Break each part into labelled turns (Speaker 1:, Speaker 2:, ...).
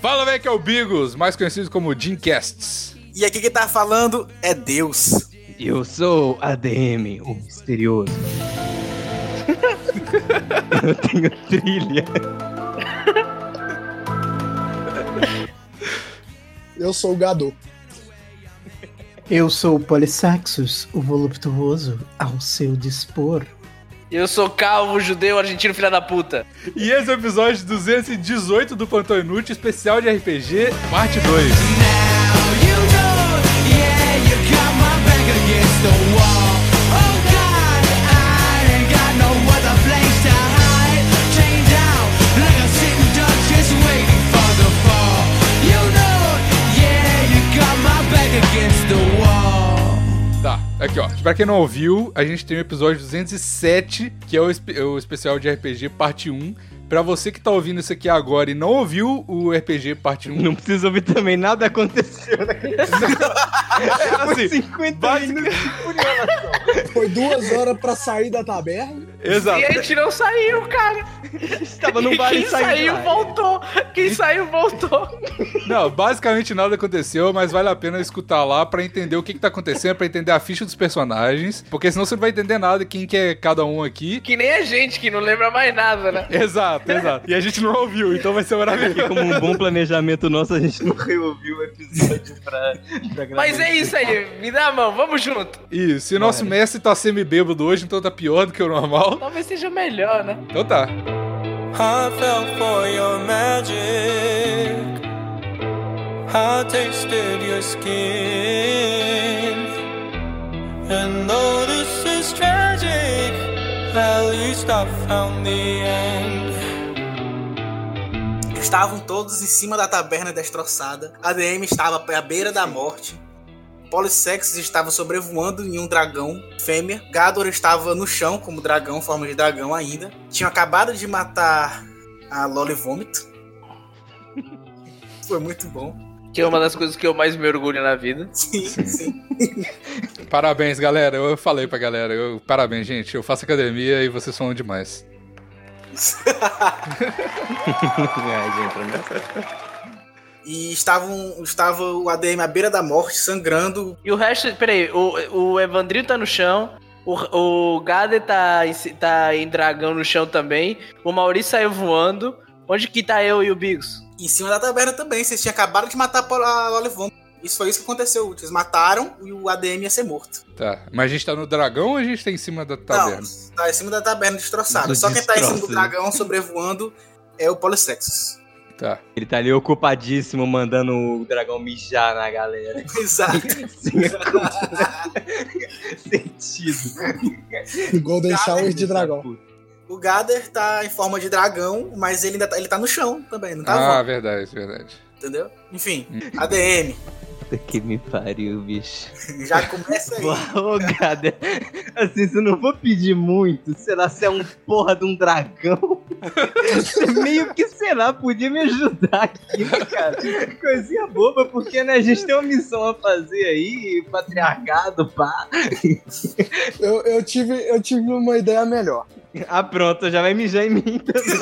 Speaker 1: Fala, velho, que é o Bigos, mais conhecido como Jim Casts.
Speaker 2: E aqui quem tá falando é Deus.
Speaker 3: Eu sou ADM, o misterioso. Eu tenho trilha.
Speaker 4: Eu sou o Gadu.
Speaker 5: Eu sou o Polissaxus, o voluptuoso, ao seu dispor.
Speaker 6: Eu sou calvo, judeu, argentino, filha da puta.
Speaker 1: E esse é o episódio 218 do Plantão Inútil, especial de RPG, parte 2. Tá, aqui ó. Pra quem não ouviu, a gente tem o episódio 207, que é o, espe- o especial de RPG parte 1. Pra você que tá ouvindo isso aqui agora e não ouviu o RPG parte 1,
Speaker 3: Não precisa ouvir também, nada aconteceu.
Speaker 1: assim,
Speaker 3: 50
Speaker 1: basic-
Speaker 3: minutos.
Speaker 4: Foi duas horas pra sair da taberna.
Speaker 1: exato.
Speaker 6: E a gente não saiu, cara.
Speaker 3: Tava no bar
Speaker 6: Quem
Speaker 3: e saiu. de lá.
Speaker 6: voltou. Quem saiu voltou.
Speaker 1: Não, basicamente nada aconteceu, mas vale a pena escutar lá pra entender o que, que tá acontecendo, pra entender a ficha dos personagens, porque senão você não vai entender nada quem que é cada um aqui.
Speaker 6: Que nem a gente que não lembra mais nada, né?
Speaker 1: Exato, exato. E a gente não ouviu, então vai ser maravilhoso.
Speaker 3: Porque como um bom planejamento nosso, a gente não reouviu o episódio pra, pra gravar.
Speaker 6: Mas é isso aí, me dá a mão, vamos junto.
Speaker 1: Isso, e nosso mestre tá semi-bêbado hoje, então tá pior do que o normal.
Speaker 6: Talvez seja melhor, né?
Speaker 1: Então tá.
Speaker 7: I fell for your magic. I tasted your skin. And though this is tragic, at least I found the end.
Speaker 2: Estavam todos em cima da taberna destroçada. A DM estava à beira da morte. Polissexus estava sobrevoando em um dragão fêmea. Gador estava no chão como dragão, forma de dragão ainda. Tinham acabado de matar a Loli Vômito. Foi muito bom.
Speaker 6: Que é uma das coisas que eu mais me orgulho na vida.
Speaker 2: Sim, sim.
Speaker 1: Parabéns, galera. Eu falei pra galera. eu- parabéns, gente. Eu faço academia e vocês falam demais.
Speaker 3: Ai, gente, eu não-
Speaker 2: E estavam, estava o ADM à beira da morte, sangrando.
Speaker 6: E o resto, peraí, o, o Evandrinho tá no chão. O, o Gader tá, em ci- tá em dragão no chão também. O Maurício saiu voando. Onde que tá eu e o Bigos?
Speaker 2: Em cima da taberna também. Vocês tinham acabado de matar a Loli Vômito. Isso foi isso que aconteceu. Vocês mataram e o ADM ia ser morto.
Speaker 1: Tá. Mas a gente tá no dragão ou a gente tá em cima da taverna?
Speaker 2: Não, tá em cima da taberna destroçada.
Speaker 3: Dos
Speaker 2: Só quem tá em cima do
Speaker 3: destroços.
Speaker 2: dragão sobrevoando é o Polissexus.
Speaker 1: Tá.
Speaker 3: Ele tá ali ocupadíssimo, mandando o dragão mijar na galera.
Speaker 2: Exato.
Speaker 3: Sem sentido.
Speaker 4: Golden Shower de dragão.
Speaker 2: O Gader tá em forma de dragão, mas ele ainda tá, ele tá no chão também, não tá
Speaker 1: ah,
Speaker 2: voando,
Speaker 1: verdade, verdade.
Speaker 2: entendeu? Enfim, ADM,
Speaker 3: Puta que me pariu, bicho.
Speaker 2: já começa aí.
Speaker 3: Ô, gada. Assim, se eu não vou pedir muito, sei lá, se é um porra de um dragão. Meio que, sei lá, podia me ajudar aqui, né, cara. Coisinha boba, porque né, a gente tem uma missão a fazer aí, patriarcado, pá.
Speaker 4: Eu, eu, tive, eu tive uma ideia melhor.
Speaker 3: Ah, pronto, já vai mijar em mim então também.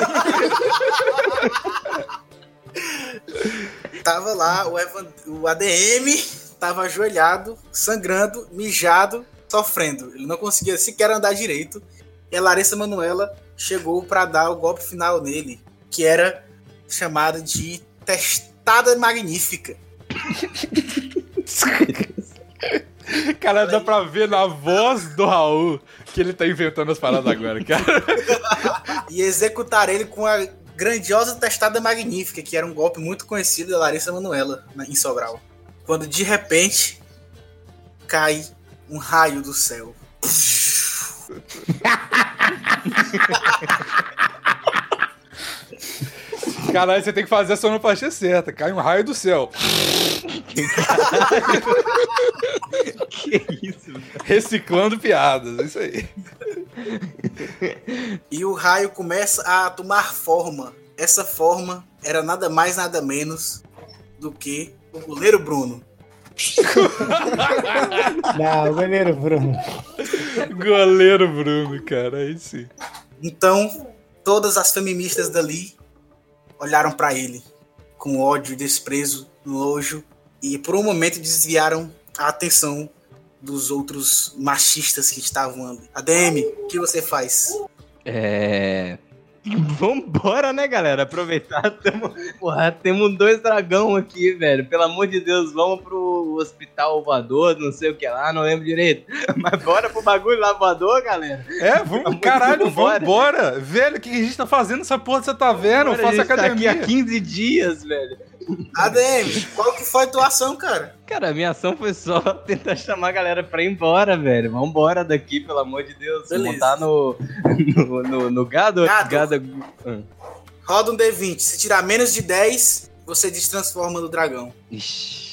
Speaker 2: Tava lá o, Evan, o ADM, tava ajoelhado, sangrando, mijado, sofrendo. Ele não conseguia sequer andar direito. E a Larissa Manuela chegou pra dar o golpe final nele, que era chamado de testada magnífica.
Speaker 1: Cara, dá pra ver na voz do Raul que ele tá inventando as paradas agora, cara.
Speaker 2: E executar ele com a grandiosa testada magnífica, que era um golpe muito conhecido da Larissa Manuela na- em Sobral. Quando de repente cai um raio do céu.
Speaker 1: Caralho, você tem que fazer a sonoplastia certa. Cai um raio do céu.
Speaker 3: que é isso,
Speaker 1: Reciclando piadas, é isso aí.
Speaker 2: E o raio começa a tomar forma. Essa forma era nada mais nada menos do que o goleiro Bruno.
Speaker 5: Não, goleiro Bruno.
Speaker 1: Goleiro Bruno, cara, aí sim.
Speaker 2: Então, todas as feministas dali olharam pra ele com ódio, desprezo, nojo, e por um momento desviaram a atenção dos outros machistas que estavam ali. ADM, o que você faz?
Speaker 3: É. Vambora, né, galera? Aproveitar. Tamo... Porra, temos dois dragão aqui, velho. Pelo amor de Deus, vamos pro hospital voador, não sei o que lá, não lembro direito. Mas bora pro bagulho lá voador, galera.
Speaker 1: É, vamos, caralho, vambora. Velho, o que a gente tá fazendo? Essa porra você tá vendo?
Speaker 3: Agora a
Speaker 1: Faça
Speaker 3: gente tá aqui
Speaker 1: academia.
Speaker 3: há 15 dias, velho.
Speaker 2: ADM, qual que foi a tua ação, cara?
Speaker 3: Cara, a minha ação foi só tentar chamar a galera pra ir embora, velho. Vambora daqui, pelo amor de Deus.
Speaker 2: Beleza.
Speaker 3: Montar no, no, no, no gado.
Speaker 2: Gado.
Speaker 3: Ah.
Speaker 2: Roda um D20. Se tirar menos de 10, você destransforma no dragão.
Speaker 3: Ixi.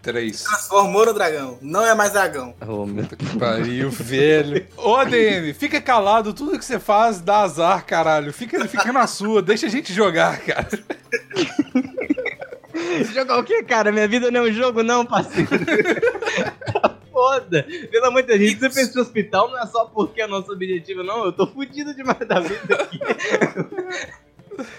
Speaker 1: Três.
Speaker 2: Transformou no dragão. Não é mais dragão.
Speaker 3: Oh, meu
Speaker 1: Puta que pariu, velho. Ô, ADM, fica calado. Tudo que você faz dá azar, caralho. Fica, fica na sua. Deixa a gente jogar, cara.
Speaker 3: Jogar o quê, cara? Minha vida não é um jogo, não, parceiro. Tá Foda! Pelo amor de Deus, se você pensa no hospital, não é só porque é nosso objetivo, não. Eu tô fudido demais da vida aqui.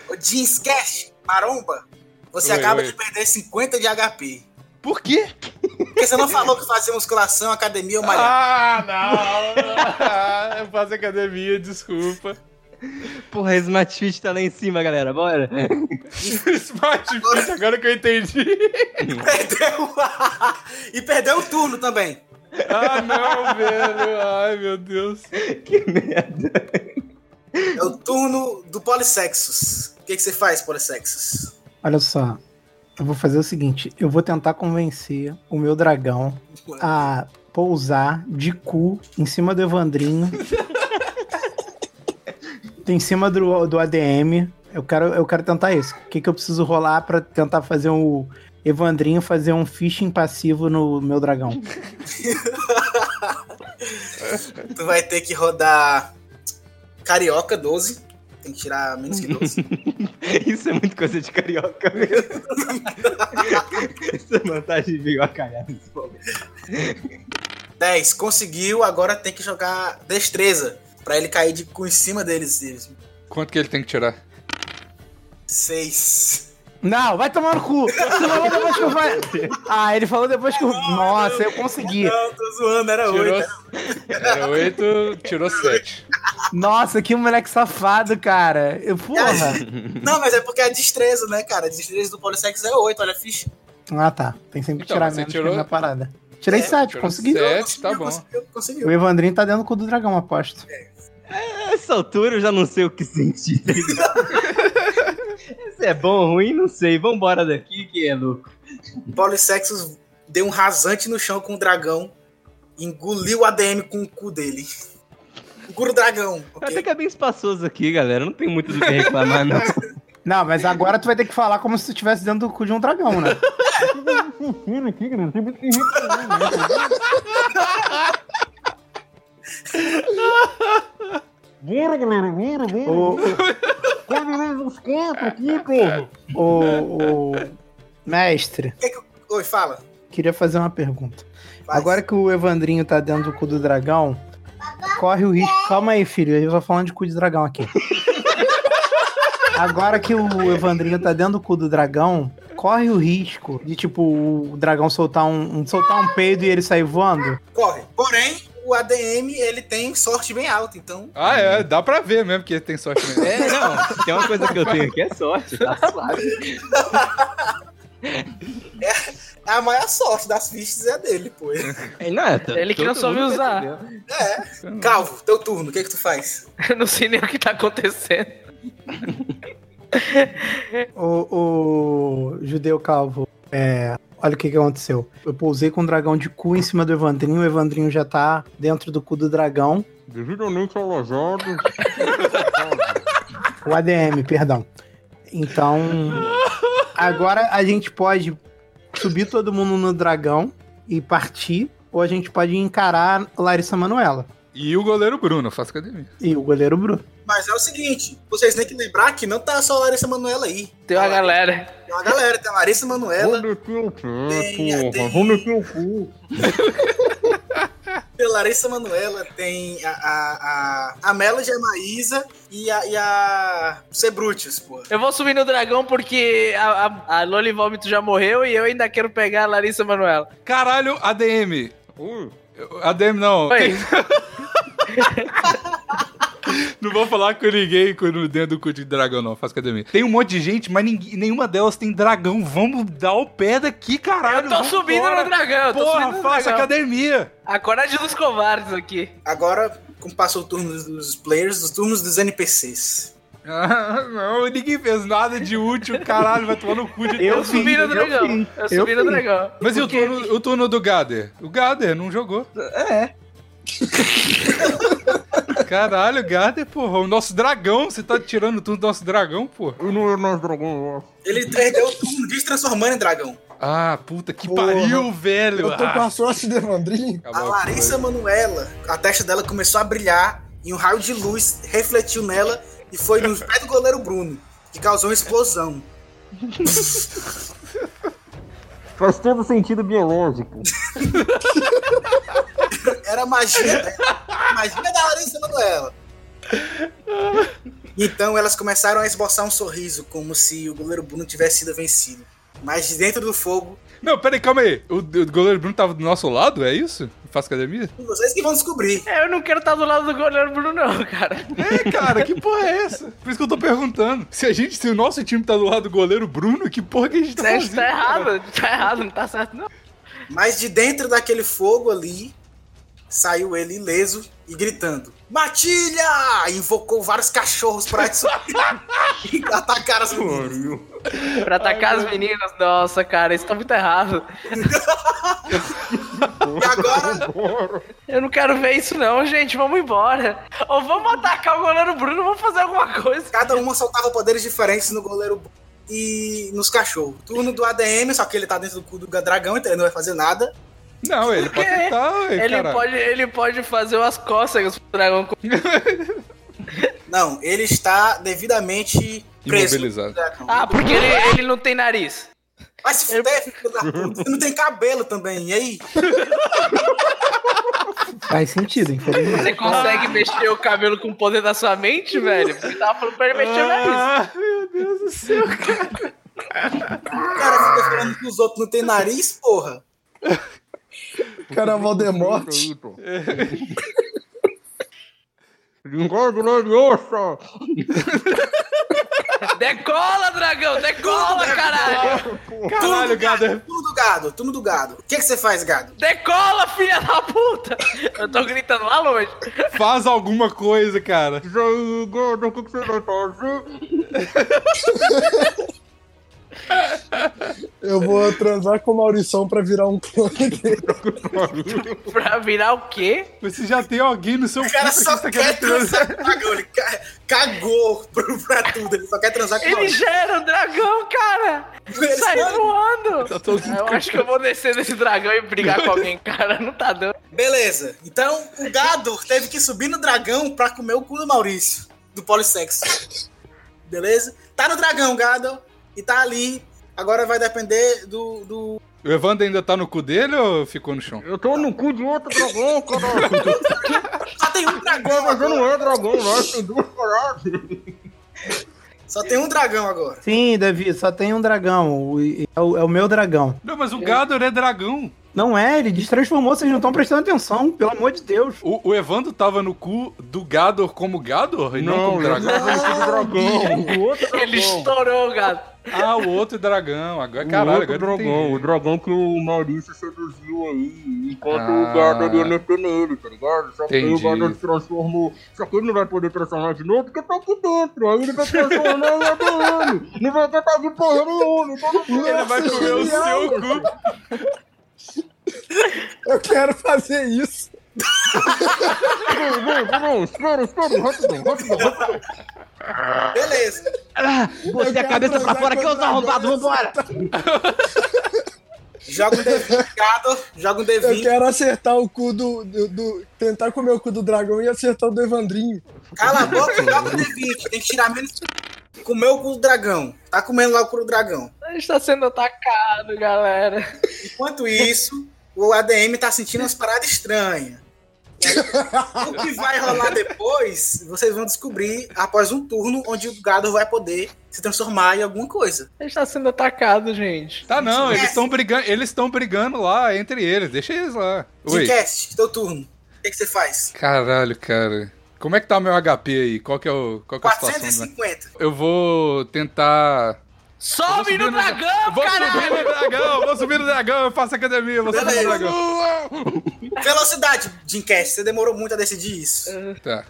Speaker 2: Ô, Jeans Cash, maromba, você
Speaker 1: Oi,
Speaker 2: acaba
Speaker 1: oi.
Speaker 2: de perder 50 de HP.
Speaker 1: Por quê?
Speaker 2: Porque você não falou que fazia musculação, academia ou malhar.
Speaker 1: Ah, não. Eu faço academia, desculpa.
Speaker 3: Porra, Smart Fit tá lá em cima, galera. Bora.
Speaker 1: Smart Fit, agora que eu entendi.
Speaker 2: Perdeu. e perdeu o turno também.
Speaker 1: Ah, não, velho. Ai, meu Deus.
Speaker 3: Que merda.
Speaker 2: É o turno do Polissexus. O que, que você faz, Polissexus?
Speaker 5: Olha só, eu vou fazer o seguinte: eu vou tentar convencer o meu dragão a pousar de cu em cima do Evandrinho, em cima do, do ADM. Eu quero, eu quero tentar isso. O que, que eu preciso rolar pra tentar fazer o Evandrinho fazer um phishing passivo no meu dragão?
Speaker 2: Tu vai ter que rodar Carioca 12. Tem que tirar menos que 12.
Speaker 3: Isso é muito coisa de carioca mesmo. Essa vantagem veio a calhar nesse momento.
Speaker 2: 10. Conseguiu, agora tem que jogar destreza. Pra ele cair de cu em cima deles.
Speaker 1: Quanto que ele tem que tirar?
Speaker 2: 6.
Speaker 5: Não, vai tomar no cu! Você falou depois que eu vai. Ah, ele falou depois que eu. Nossa, eu consegui!
Speaker 2: Não, tô zoando, era 8.
Speaker 1: Era oito, tirou sete.
Speaker 5: Nossa, que moleque safado, cara! Eu, porra!
Speaker 2: Não, mas é porque é a destreza, né, cara? A destreza do Polissex é 8, olha a ficha.
Speaker 5: Ah, tá. Tem sempre que
Speaker 1: Então,
Speaker 5: tirar
Speaker 1: mas você
Speaker 5: menos
Speaker 1: tirou-
Speaker 5: na parada. Tirei
Speaker 2: É,
Speaker 5: sete,
Speaker 1: tirou
Speaker 5: consegui.
Speaker 1: sete. É,
Speaker 2: Conseguiu,
Speaker 1: tá bom.
Speaker 2: Conseguiu, conseguiu.
Speaker 5: O Evandrinho tá dentro do cu do dragão, aposto.
Speaker 3: Nessa altura eu já não sei o que sentir, tá ligado? Se é bom ou ruim, não sei. Vambora daqui, que é louco.
Speaker 2: Polissexus deu um rasante no chão com o dragão, engoliu o ADM com o cu dele. Engula o dragão,
Speaker 3: Até
Speaker 2: ok?
Speaker 3: que é bem espaçoso aqui, galera. Não tem muito do que reclamar, não.
Speaker 5: Não, mas agora tu vai ter que falar como se tu estivesse dentro do cu de um dragão, né?
Speaker 8: né, Bora, galera, bora,
Speaker 5: O,
Speaker 8: bora. Cada vez uns quatro aqui, porra.
Speaker 5: o, o, o- Mestre,
Speaker 2: Oi, fala.
Speaker 5: queria fazer uma pergunta.
Speaker 2: Faz.
Speaker 5: Agora que o Evandrinho tá dentro do cu do dragão, corre o risco. Calma aí, filho. Eu tô falando de cu de dragão aqui. Agora que o Evandrinho tá dentro do cu do dragão, corre o risco de, tipo, o dragão soltar um, um- soltar um peido e ele sair voando.
Speaker 2: corre. Porém, o ADM ele tem sorte bem alta, então.
Speaker 1: Ah, é. Dá pra ver mesmo que ele tem sorte mesmo.
Speaker 3: É, não. Tem uma coisa que eu tenho aqui, é sorte, tá suave.
Speaker 2: é A maior sorte das fichas é a dele, pô.
Speaker 1: Uhum.
Speaker 3: É, Não, é, to-
Speaker 6: Ele que não
Speaker 3: todo
Speaker 6: soube
Speaker 3: mundo
Speaker 6: usar.
Speaker 3: entendeu.
Speaker 2: Calvo, teu turno, o que, que tu faz?
Speaker 6: Eu não sei nem o que tá acontecendo.
Speaker 5: O, o judeu calvo, é, olha o que, que aconteceu. Eu pousei com um dragão de cu em cima do Evandrinho, o Evandrinho já tá dentro do cu do dragão.
Speaker 8: Devidamente alojado.
Speaker 5: O ADM, perdão. Então, agora a gente pode subir todo mundo no dragão e partir, ou a gente pode encarar Larissa Manuela
Speaker 1: E o goleiro Bruno, faça academia.
Speaker 5: e o goleiro Bruno.
Speaker 2: Mas é o seguinte, vocês têm que lembrar que não tá só a Larissa Manoela aí.
Speaker 6: Tem uma galera.
Speaker 2: Tem uma galera, tem a Larissa Manoela.
Speaker 8: Vou meter o pé,
Speaker 2: Tem,
Speaker 8: porra.
Speaker 2: tem.
Speaker 8: Vou meter o cu.
Speaker 2: Tem Larissa Manuela, tem a, a, a, a Melody, a Maísa e a, e a Cebrutius, pô.
Speaker 6: Eu vou subir no dragão porque a, a, a Loli Vômito já morreu e eu ainda quero pegar a Larissa Manoela.
Speaker 1: Caralho, ADM. Uh. Eu- ADM não.
Speaker 6: Oi.
Speaker 1: Não vou falar com ninguém quando dentro do cu de dragão, não. Faço academia. Tem um monte de gente, mas ninguém- nenhuma delas tem dragão. Vamos dar o pé daqui, caralho.
Speaker 6: eu tô subindo no dragão, eu tô
Speaker 1: Porra,
Speaker 6: subindo no
Speaker 1: faça
Speaker 6: dragão.
Speaker 1: academia.
Speaker 6: A coragem dos covardes aqui.
Speaker 2: Agora, como passou o turno dos players, os turnos dos NPCs.
Speaker 1: Ah, não, ninguém fez nada de útil, caralho. Vai tomar no cu de
Speaker 6: Eu,
Speaker 5: Eu
Speaker 6: subi
Speaker 5: fiz,
Speaker 6: no
Speaker 5: eu
Speaker 6: dragão. Eu,
Speaker 5: fiz, eu
Speaker 6: subi no
Speaker 5: fiz.
Speaker 6: dragão.
Speaker 1: Mas e o
Speaker 6: Porque-
Speaker 1: turno, o turno do Gader? O Gader não jogou. É. Caralho, Gader, porra. O nosso dragão. Você tá tirando o turno do nosso dragão, porra.
Speaker 8: Eu não era mais dragão, eu acho.
Speaker 2: Ele perdeu o turno de se transformando em dragão.
Speaker 1: Ah, puta que
Speaker 4: Porra.
Speaker 1: pariu, velho. Ah,
Speaker 4: Eu tô com a sorte de Evandrinho.
Speaker 2: A Larissa Manuela, a testa dela começou a brilhar e um raio de luz refletiu nela e foi nos pés do goleiro Bruno, que causou uma explosão.
Speaker 8: Faz todo sentido biológico.
Speaker 2: Era a magia dela. A magia da Larissa Manuela. Então elas começaram a esboçar um sorriso, como se o goleiro Bruno tivesse sido vencido. Mas de dentro do fogo,
Speaker 1: Não, peraí, calma aí. O, o goleiro Bruno tava do nosso lado, é isso? Faz academia?
Speaker 2: vocês que vão descobrir.
Speaker 6: É, eu não quero estar do lado do goleiro Bruno, não, cara.
Speaker 1: É, cara, que porra é essa? Por isso que eu tô perguntando. Se a gente, se o nosso time tá do lado do goleiro Bruno, que porra que a gente tá
Speaker 6: Tá,
Speaker 1: fazendo?
Speaker 6: tá errado, tá errado, não tá certo, não.
Speaker 2: Mas de dentro daquele fogo ali, saiu ele ileso e gritando: Matilha! E Invocou vários cachorros pra isso- e atacar as meninas.
Speaker 6: Pra atacar as meninas, nossa, cara, isso tá muito errado.
Speaker 2: E agora,
Speaker 6: Eu não quero ver isso, não, gente. Vamos embora. Ou vamos atacar o goleiro Bruno, vamos fazer alguma coisa.
Speaker 2: cada uma soltava poderes diferentes no goleiro e nos cachorros. Turno do ADM, só que ele tá dentro do cu do dragão, então ele não vai fazer nada.
Speaker 1: Não, ele pode tentar, ué,
Speaker 6: Ele
Speaker 1: caralho.
Speaker 6: pode, ele pode fazer umas cócegas pro dragão.
Speaker 2: Não, ele está devidamente preso.
Speaker 1: Imobilizado.
Speaker 2: no dragão.
Speaker 6: Ah, porque ele, ele não tem nariz.
Speaker 2: Vai se fuder, filho da puta. Você não tem cabelo também, e aí?
Speaker 5: Faz sentido, infelizmente.
Speaker 6: Você consegue mexer o cabelo com o poder da sua mente, velho? Porque tava falando pra ele mexer o nariz.
Speaker 1: Ah, meu Deus do céu.
Speaker 2: O cara fica falando que os outros não tem nariz, porra.
Speaker 4: O cara é Voldemort.
Speaker 8: Linguagem gloriosa!
Speaker 6: Decola, dragão! Decola, caralho! é.
Speaker 1: Caralho, Gader.
Speaker 2: Turno do gado, turno do gado. O que, que você faz, gado?
Speaker 6: Decola, filha da puta! Eu tô gritando lá longe.
Speaker 1: Faz alguma coisa, cara.
Speaker 8: Diz aí, gordo, o que que você vai fazer?
Speaker 4: Eu vou transar com o Maurição pra virar um clone dele.
Speaker 6: Pra virar o quê?
Speaker 1: Você já tem alguém no seu
Speaker 2: O cara
Speaker 1: cu que
Speaker 2: só
Speaker 1: você tá querendo
Speaker 2: quer
Speaker 1: transar.
Speaker 2: transar com o dragão. Ele ca- cagou pro- pra tudo. Ele só quer transar com o
Speaker 6: Ele
Speaker 2: dragão.
Speaker 6: gera um dragão, cara!
Speaker 2: Ele
Speaker 6: Saiu
Speaker 2: só-
Speaker 6: voando!
Speaker 1: Tá todo mundo
Speaker 6: Eu acho que eu vou descer desse dragão e brigar com alguém, cara. Não tá dando.
Speaker 2: Beleza. Então, o gado teve que subir no dragão pra comer o cu do Maurício. Do polissexo. Beleza? Tá no dragão, gado. E tá ali. Agora vai depender do... do...
Speaker 1: O Evandro ainda tá no cu dele ou ficou no chão?
Speaker 8: Eu tô no cu de outro dragão, cara!
Speaker 2: Só tem um dragão
Speaker 8: Mas eu não
Speaker 2: agora.
Speaker 8: é dragão, não, tem duas paradas!
Speaker 2: Só tem um dragão agora.
Speaker 5: Sim, Davi, só tem um dragão. o- É o, é o meu dragão.
Speaker 1: Não, mas o Gador é dragão.
Speaker 5: Não é, ele destransformou, vocês não estão prestando atenção, pelo amor de Deus.
Speaker 1: O, o Evandro tava no cu do Gador como Gador e não, como
Speaker 8: eu
Speaker 1: dragão.
Speaker 8: tava no cu do dragão! O outro dragão!
Speaker 6: Ele estourou, gato.
Speaker 1: Ah, o outro dragão. Agora,
Speaker 8: o
Speaker 1: caralho,
Speaker 8: outro
Speaker 1: agora
Speaker 8: dragão, o
Speaker 1: dragão.
Speaker 8: dragão que o Maurício seduziu aí, enquanto
Speaker 1: Ah.
Speaker 8: o gato ali mexeu nele, tá ligado? Só que aí
Speaker 1: Entendi.
Speaker 8: o gato se transformou, só que ele não vai poder transformar de novo porque tá aqui dentro, aí ele vai transformar em ADN, não vai ter que porra nenhuma, então não
Speaker 1: Ele vai comer o seu cu.
Speaker 4: Eu quero fazer isso.
Speaker 8: Vem, vem, vem, espera, espera, rápido, rápido, rápido.
Speaker 2: Beleza.
Speaker 4: Botei é a cabeça pra fora que eu tô arrombado, vambora!
Speaker 2: Joga um D20, gado. Joga um
Speaker 4: Eu
Speaker 2: D20.
Speaker 4: quero acertar o cu do, do, do- Tentar comer o cu do dragão e acertar o do Evandrinho.
Speaker 2: Cala a boca, joga o D20. Tem que tirar menos. Comeu o cu do dragão. Tá comendo lá o cu do dragão.
Speaker 6: A gente tá sendo atacado, galera.
Speaker 2: Enquanto isso, o ADM tá sentindo umas paradas estranhas. E aí, o que vai rolar depois, vocês vão descobrir após um turno onde o gado vai poder se transformar em alguma coisa.
Speaker 6: A gente tá sendo atacado, gente.
Speaker 1: Tá não, eles
Speaker 2: Esquece.
Speaker 1: estão brigando, eles estão brigando lá entre eles. Deixa eles lá. Oi.
Speaker 2: Zcast, teu turno. O que, que você faz?
Speaker 1: Caralho, cara. Como é que tá o meu HP aí? Qual que é o qual que é a situação? né?
Speaker 2: 450.
Speaker 1: Eu vou tentar Vou
Speaker 6: Sobe
Speaker 1: subir
Speaker 6: no
Speaker 1: no-
Speaker 6: dragão,
Speaker 1: Vou
Speaker 6: caralho!
Speaker 1: subir no dragão, vou subir no dragão, eu faço academia, eu vou subir no
Speaker 2: Beleza.
Speaker 1: dragão.
Speaker 2: Velocidade, Jimcast. Você demorou muito a decidir isso.
Speaker 1: Tá.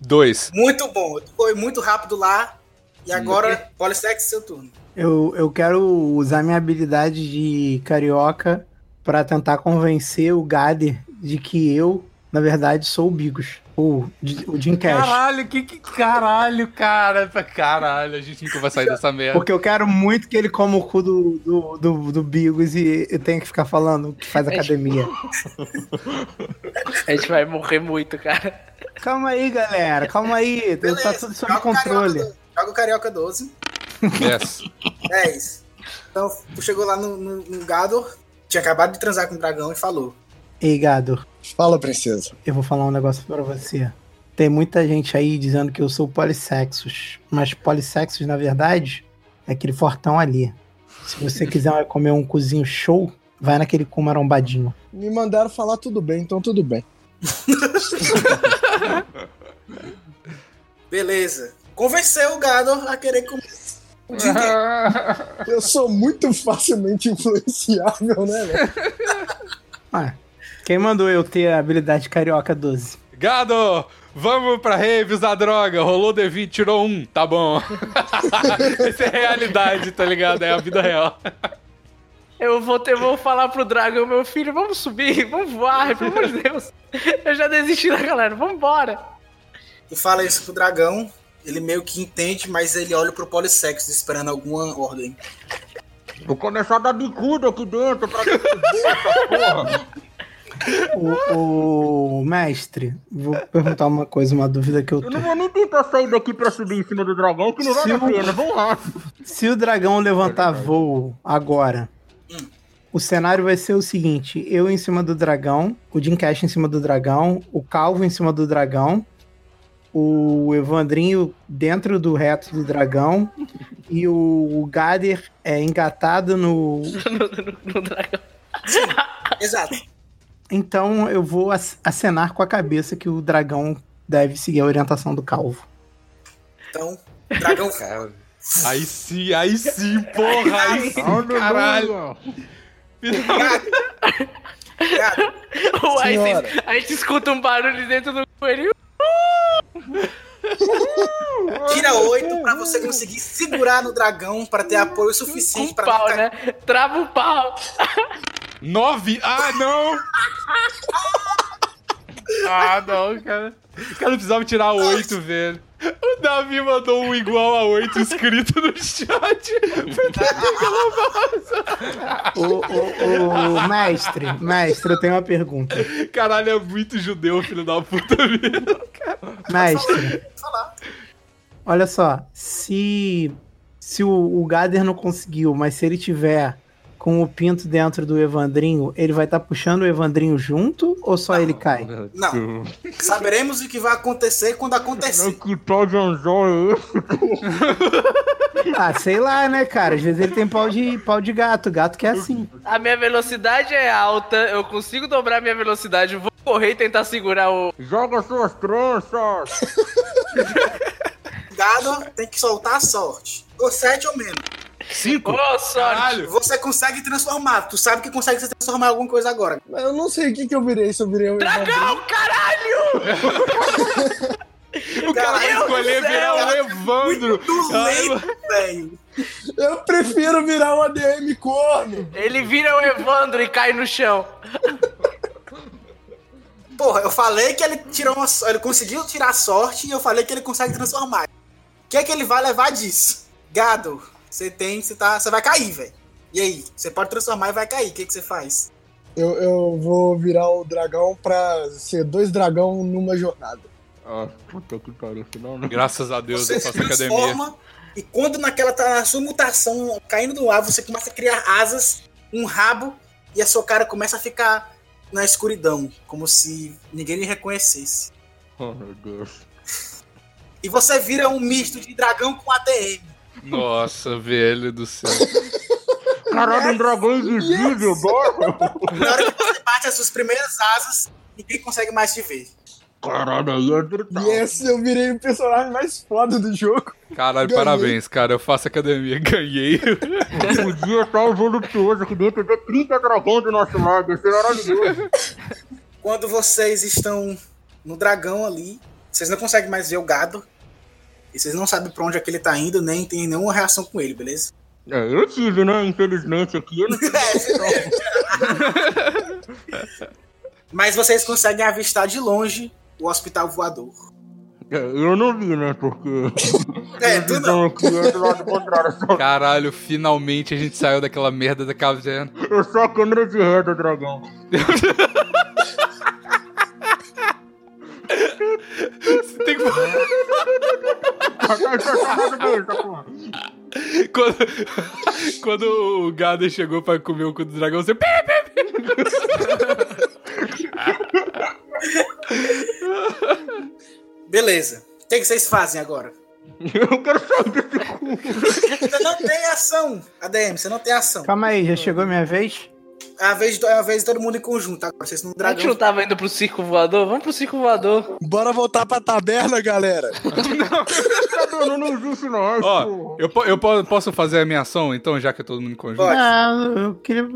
Speaker 1: Dois.
Speaker 2: Muito bom. Foi muito rápido lá. E agora, Polissex, seu turno.
Speaker 5: Eu, eu quero usar minha habilidade de carioca pra tentar convencer o Gader de que eu, na verdade, sou o Bigos. Ou de- o Jim Cash.
Speaker 1: Caralho, que, que caralho, cara. Caralho, a gente nunca vai sair dessa merda.
Speaker 5: Porque eu quero muito que ele coma o cu do, do, do, do Bigos e eu tenho que ficar falando que
Speaker 2: É
Speaker 5: faz academia.
Speaker 2: tipo-
Speaker 6: A gente vai morrer muito, cara.
Speaker 5: Calma aí, galera. Calma aí. Tá tudo sob
Speaker 2: o Carioca,
Speaker 5: controle.
Speaker 2: do- joga o Carioca 12.
Speaker 1: Yes.
Speaker 2: 10. Então, tu chegou lá no, no, no Gador, tinha acabado de transar com o dragão e falou.
Speaker 5: Ei, Gado,
Speaker 4: Fala, princesa.
Speaker 5: eu vou falar um negócio pra você. Tem muita gente aí dizendo que eu sou polissexos. Mas polissexos, na verdade, é aquele fortão ali. Se você quiser comer um cozinho show, vai naquele cu marombadinho.
Speaker 4: Me mandaram falar tudo bem, então tudo bem.
Speaker 2: Beleza. Convenceu o Gador a querer comer.
Speaker 4: Eu sou muito facilmente influenciável, né, velho?
Speaker 5: Ah, quem mandou eu ter a habilidade carioca 12?
Speaker 1: Gado, vamos pra rave usar droga. Rolou D20, tirou um. Tá bom. Essa é a realidade, tá ligado? É a vida real.
Speaker 6: Eu vou, ter, vou falar pro dragão, meu filho, vamos subir, vamos voar, pelo amor de Deus. Eu já desisti da galera, vambora.
Speaker 2: Tu fala isso pro dragão, ele meio que entende, mas ele olha pro Polissex esperando alguma ordem.
Speaker 8: Vou começar a dar bicuda aqui dentro pra decidir essa porra.
Speaker 5: O, o mestre, vou perguntar uma coisa, uma dúvida que eu tô.
Speaker 8: Eu não vou nem tentar sair daqui pra subir em cima do dragão, que não vale a
Speaker 5: Sim.
Speaker 8: pena. Vamos lá.
Speaker 5: Se o dragão levantar voo agora, o cenário vai ser o seguinte: eu em cima do dragão, o Jim Cash em cima do dragão, o Calvo em cima do dragão, o Evandrinho dentro do reto do dragão e o Gader é engatado no.
Speaker 6: No dragão.
Speaker 2: Exato.
Speaker 5: Então eu vou ac- acenar com a cabeça que o dragão deve seguir a orientação do Calvo.
Speaker 2: Então, o dragão
Speaker 1: Aí sim, aí sim, porra. Aí sim, caralho.
Speaker 2: Gado. Gado,
Speaker 6: Uai,
Speaker 4: Senhora.
Speaker 6: vocês- a gente escuta um barulho dentro do coelho.
Speaker 2: tira oito pra você conseguir segurar no dragão pra ter apoio
Speaker 6: Com
Speaker 2: suficiente
Speaker 6: o
Speaker 2: pra tá
Speaker 6: pau,
Speaker 2: não cair.
Speaker 6: né? Trava o pau.
Speaker 1: Nove? Ah, não. Ah, não, cara. Cara, eu precisava tirar oito, velho. O Davi mandou um igual a oito escrito no chat.
Speaker 5: Ô, ô, ô, mestre, mestre, eu tenho uma pergunta.
Speaker 1: Caralho, é muito judeu, filho da puta, velho.
Speaker 5: Mestre. Olha só, se se o, o Gader não conseguiu, mas se ele tiver com o pinto dentro do Evandrinho, ele vai estar puxando o Evandrinho junto ou só ele cai?
Speaker 2: Não. Saberemos o que vai acontecer quando acontecer.
Speaker 8: Que tal de anzol é esse?
Speaker 5: Ah, sei lá, né, cara? Às vezes ele tem pau de pau de gato, gato que é assim.
Speaker 6: A minha velocidade é alta, eu consigo dobrar a minha velocidade, eu vou correr e tentar segurar o.
Speaker 8: Joga suas tranças.
Speaker 2: Gado tem que soltar a sorte. Ou sete ou menos.
Speaker 6: Ô,
Speaker 1: Cinco?
Speaker 6: sorte!
Speaker 1: Caralho.
Speaker 2: Você consegue transformar. Tu sabe que consegue se transformar em alguma coisa agora.
Speaker 4: Mas eu não sei o que, que eu virei, se eu virei um
Speaker 1: Tá
Speaker 6: Dragão, caralho!
Speaker 1: O cara vai
Speaker 2: Meu
Speaker 1: escolher
Speaker 6: Deus
Speaker 1: virar
Speaker 6: do
Speaker 1: o Evandro.
Speaker 2: Muito
Speaker 1: Ai,
Speaker 2: lento, velho.
Speaker 4: Eu prefiro virar um ADM corno.
Speaker 6: Ele vira o Evandro e cai no chão.
Speaker 2: Porra, eu falei que ele tirou uma so- Ele conseguiu tirar a sorte e eu falei que ele consegue transformar. O que é que ele vai levar disso? Gado, você tem. Você tá, você vai cair, velho. E aí? Você pode transformar e vai cair. O que, que você faz?
Speaker 4: Eu, eu vou virar o dragão pra ser dois dragão numa jornada.
Speaker 8: Ah, puta que pariu, senão não.
Speaker 1: Graças a Deus,
Speaker 2: você
Speaker 1: eu faço academia.
Speaker 2: e quando naquela tá na sua mutação caindo do ar, você começa a criar asas, um rabo, e a sua cara começa a ficar na escuridão, como se ninguém lhe reconhecesse.
Speaker 8: Oh, meu Deus.
Speaker 2: E você vira um misto de dragão com ADM.
Speaker 1: Nossa, velho do céu.
Speaker 8: Caralho, um dragão invisível, bora!
Speaker 2: Na hora que você bate as suas primeiras asas, ninguém consegue mais te ver.
Speaker 8: Caralho, aí é brutal.
Speaker 4: Yes, eu virei o personagem mais foda do jogo.
Speaker 1: Caralho,
Speaker 4: Ganhei.
Speaker 1: parabéns, cara. Eu faço academia, ganhei.
Speaker 8: O dia tá voluptuoso aqui dentro, tem 30 dragões do nosso lado, isso é maravilhoso.
Speaker 2: Quando vocês estão no dragão ali, vocês não conseguem mais ver o gado. E vocês não sabem pra onde é que ele tá indo, nem tem nenhuma reação com ele, beleza?
Speaker 8: É, eu tive, né? Infelizmente aqui, eu não tive
Speaker 2: É, Mas vocês conseguem avistar de longe o hospital voador.
Speaker 8: É, eu não vi, né? Porque.
Speaker 2: É, tu não.
Speaker 8: Então aqui é do lado contrário. só-
Speaker 1: Caralho, finalmente a gente saiu daquela merda da caverna.
Speaker 8: Eu só a câmera de ré do dragão.
Speaker 1: Tem que
Speaker 8: tá
Speaker 1: Quando, quando o Gada chegou pra comer o cu do dragão, você.
Speaker 2: Beleza. O que, que vocês fazem agora?
Speaker 8: Eu quero saber se
Speaker 2: Você não tem ação, ADM, você não tem ação.
Speaker 5: Calma aí, já chegou a minha vez?
Speaker 2: É a vez, de- é a vez de todo mundo em conjunto agora. Vocês não
Speaker 6: A gente não
Speaker 2: dragão.
Speaker 6: tava indo pro circo voador? Vamos pro circo voador.
Speaker 4: Bora voltar pra taberna, galera.
Speaker 8: tá dando no justo, não.
Speaker 1: Ó, eu, po- eu po- posso fazer a minha ação então, já que é todo mundo em conjunto?
Speaker 2: Pode.
Speaker 5: Ah, eu queria.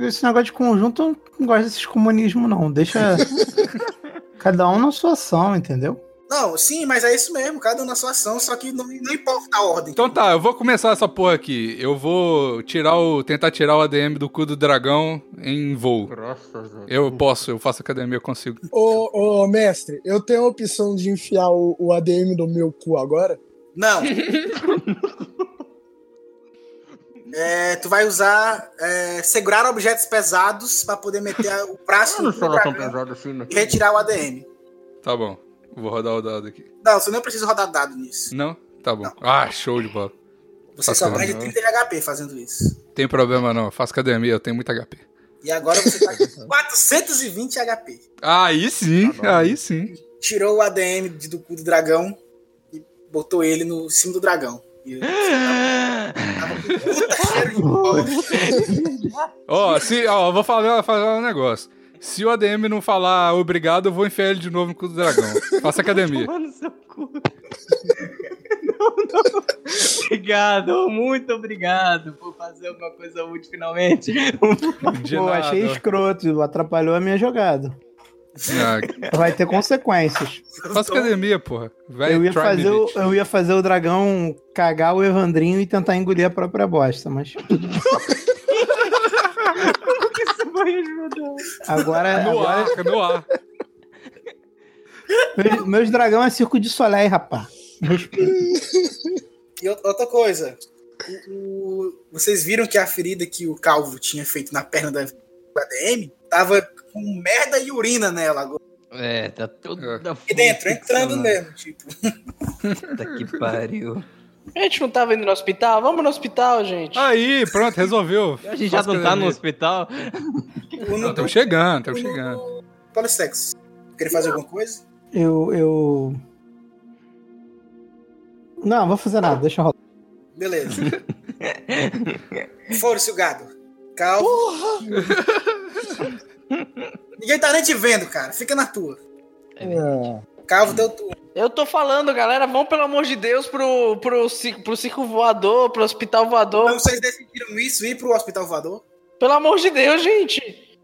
Speaker 5: Esse negócio de conjunto, eu não gosto desses comunismo, não. Deixa. Cada um na sua ação, entendeu?
Speaker 2: Não, sim, mas é isso mesmo, cada um na sua ação, só que não, não importa a ordem.
Speaker 1: Então tá, eu vou começar essa porra aqui. Eu vou tirar o. tentar tirar o ADM do cu do dragão em voo.
Speaker 8: Graças a
Speaker 1: Eu posso, eu faço academia, eu consigo.
Speaker 4: Ô, ô, mestre, eu tenho a opção de enfiar o, o ADM no meu cu agora?
Speaker 2: Não. É, tu vai usar é, segurar objetos pesados pra poder meter a- o braço
Speaker 8: Eu não
Speaker 2: no
Speaker 8: sou lá tão
Speaker 2: dragão
Speaker 8: pesado assim, né?
Speaker 2: e retirar o ADM.
Speaker 1: Tá bom. Vou rodar o dado aqui.
Speaker 2: Não, você não precisa rodar dado nisso.
Speaker 1: Não? Tá bom. Ah, show de bola.
Speaker 2: Você só
Speaker 1: Bacana.
Speaker 2: perde
Speaker 8: né?
Speaker 2: 30 de HP fazendo isso.
Speaker 1: Tem problema não, eu faço academia, eu tenho muito HP.
Speaker 2: E agora você tá com 420 HP.
Speaker 1: Aí sim,
Speaker 5: Tá
Speaker 1: aí sim.
Speaker 2: tirou o ADM de- do cu do dragão e botou ele no em cima do dragão. E ele tava com puta cheiro de porra.
Speaker 1: Ó, se, ó, eu vou falar, falar um negócio. Se o ADM não falar obrigado, eu vou enfiar ele de novo no cu do dragão. Faça academia.
Speaker 3: Mano, seu cu. Não, não. Obrigado, muito obrigado por fazer alguma coisa útil finalmente.
Speaker 1: De
Speaker 5: Pô,
Speaker 1: nada.
Speaker 5: achei escroto, atrapalhou a minha jogada.
Speaker 1: Ah,
Speaker 5: Vai ter consequências.
Speaker 2: tá
Speaker 1: faça academia, porra. Vai,
Speaker 5: eu, ia
Speaker 1: try
Speaker 5: fazer
Speaker 1: me,
Speaker 5: o,
Speaker 1: bitch.
Speaker 5: eu ia fazer o dragão cagar o Evandrinho e tentar engolir a própria bosta, mas.
Speaker 3: Isso vai ajudar.
Speaker 5: Agora.
Speaker 1: No
Speaker 5: É, agora-
Speaker 1: ar, no ar.
Speaker 5: meus, meus dragão é circo de soleil, rapaz.
Speaker 2: E ou- outra coisa. o- o- vocês viram que a ferida que o Calvo tinha feito na perna da, do ADM tava com merda e urina nela agora.
Speaker 3: É, tá toda né?
Speaker 2: E dentro, entrando mesmo, tipo.
Speaker 3: Puta que pariu.
Speaker 6: A gente não tava indo no hospital? Vamos no hospital, gente.
Speaker 1: Aí, pronto, resolveu.
Speaker 3: A gente já
Speaker 1: Faça
Speaker 3: não tá no
Speaker 1: academia.
Speaker 3: hospital?
Speaker 2: O
Speaker 1: Não, um
Speaker 2: no
Speaker 1: estamos chegando, estamos chegando.
Speaker 2: tipo, polissexo. Queria fazer alguma coisa?
Speaker 5: Eu. eu... Não, vou fazer nada, deixa rolar.
Speaker 2: Beleza. Fora-se o gado. Calvo. Ninguém tá nem te vendo, cara. Fica na tua.
Speaker 4: É.
Speaker 2: Calvo deu tu.
Speaker 6: Eu tô falando, galera, vão pelo amor de Deus pro, pro, circo, pro circo voador, pro hospital voador.
Speaker 2: Então vocês decidiram isso e ir pro hospital voador?
Speaker 6: Pelo amor de Deus, gente.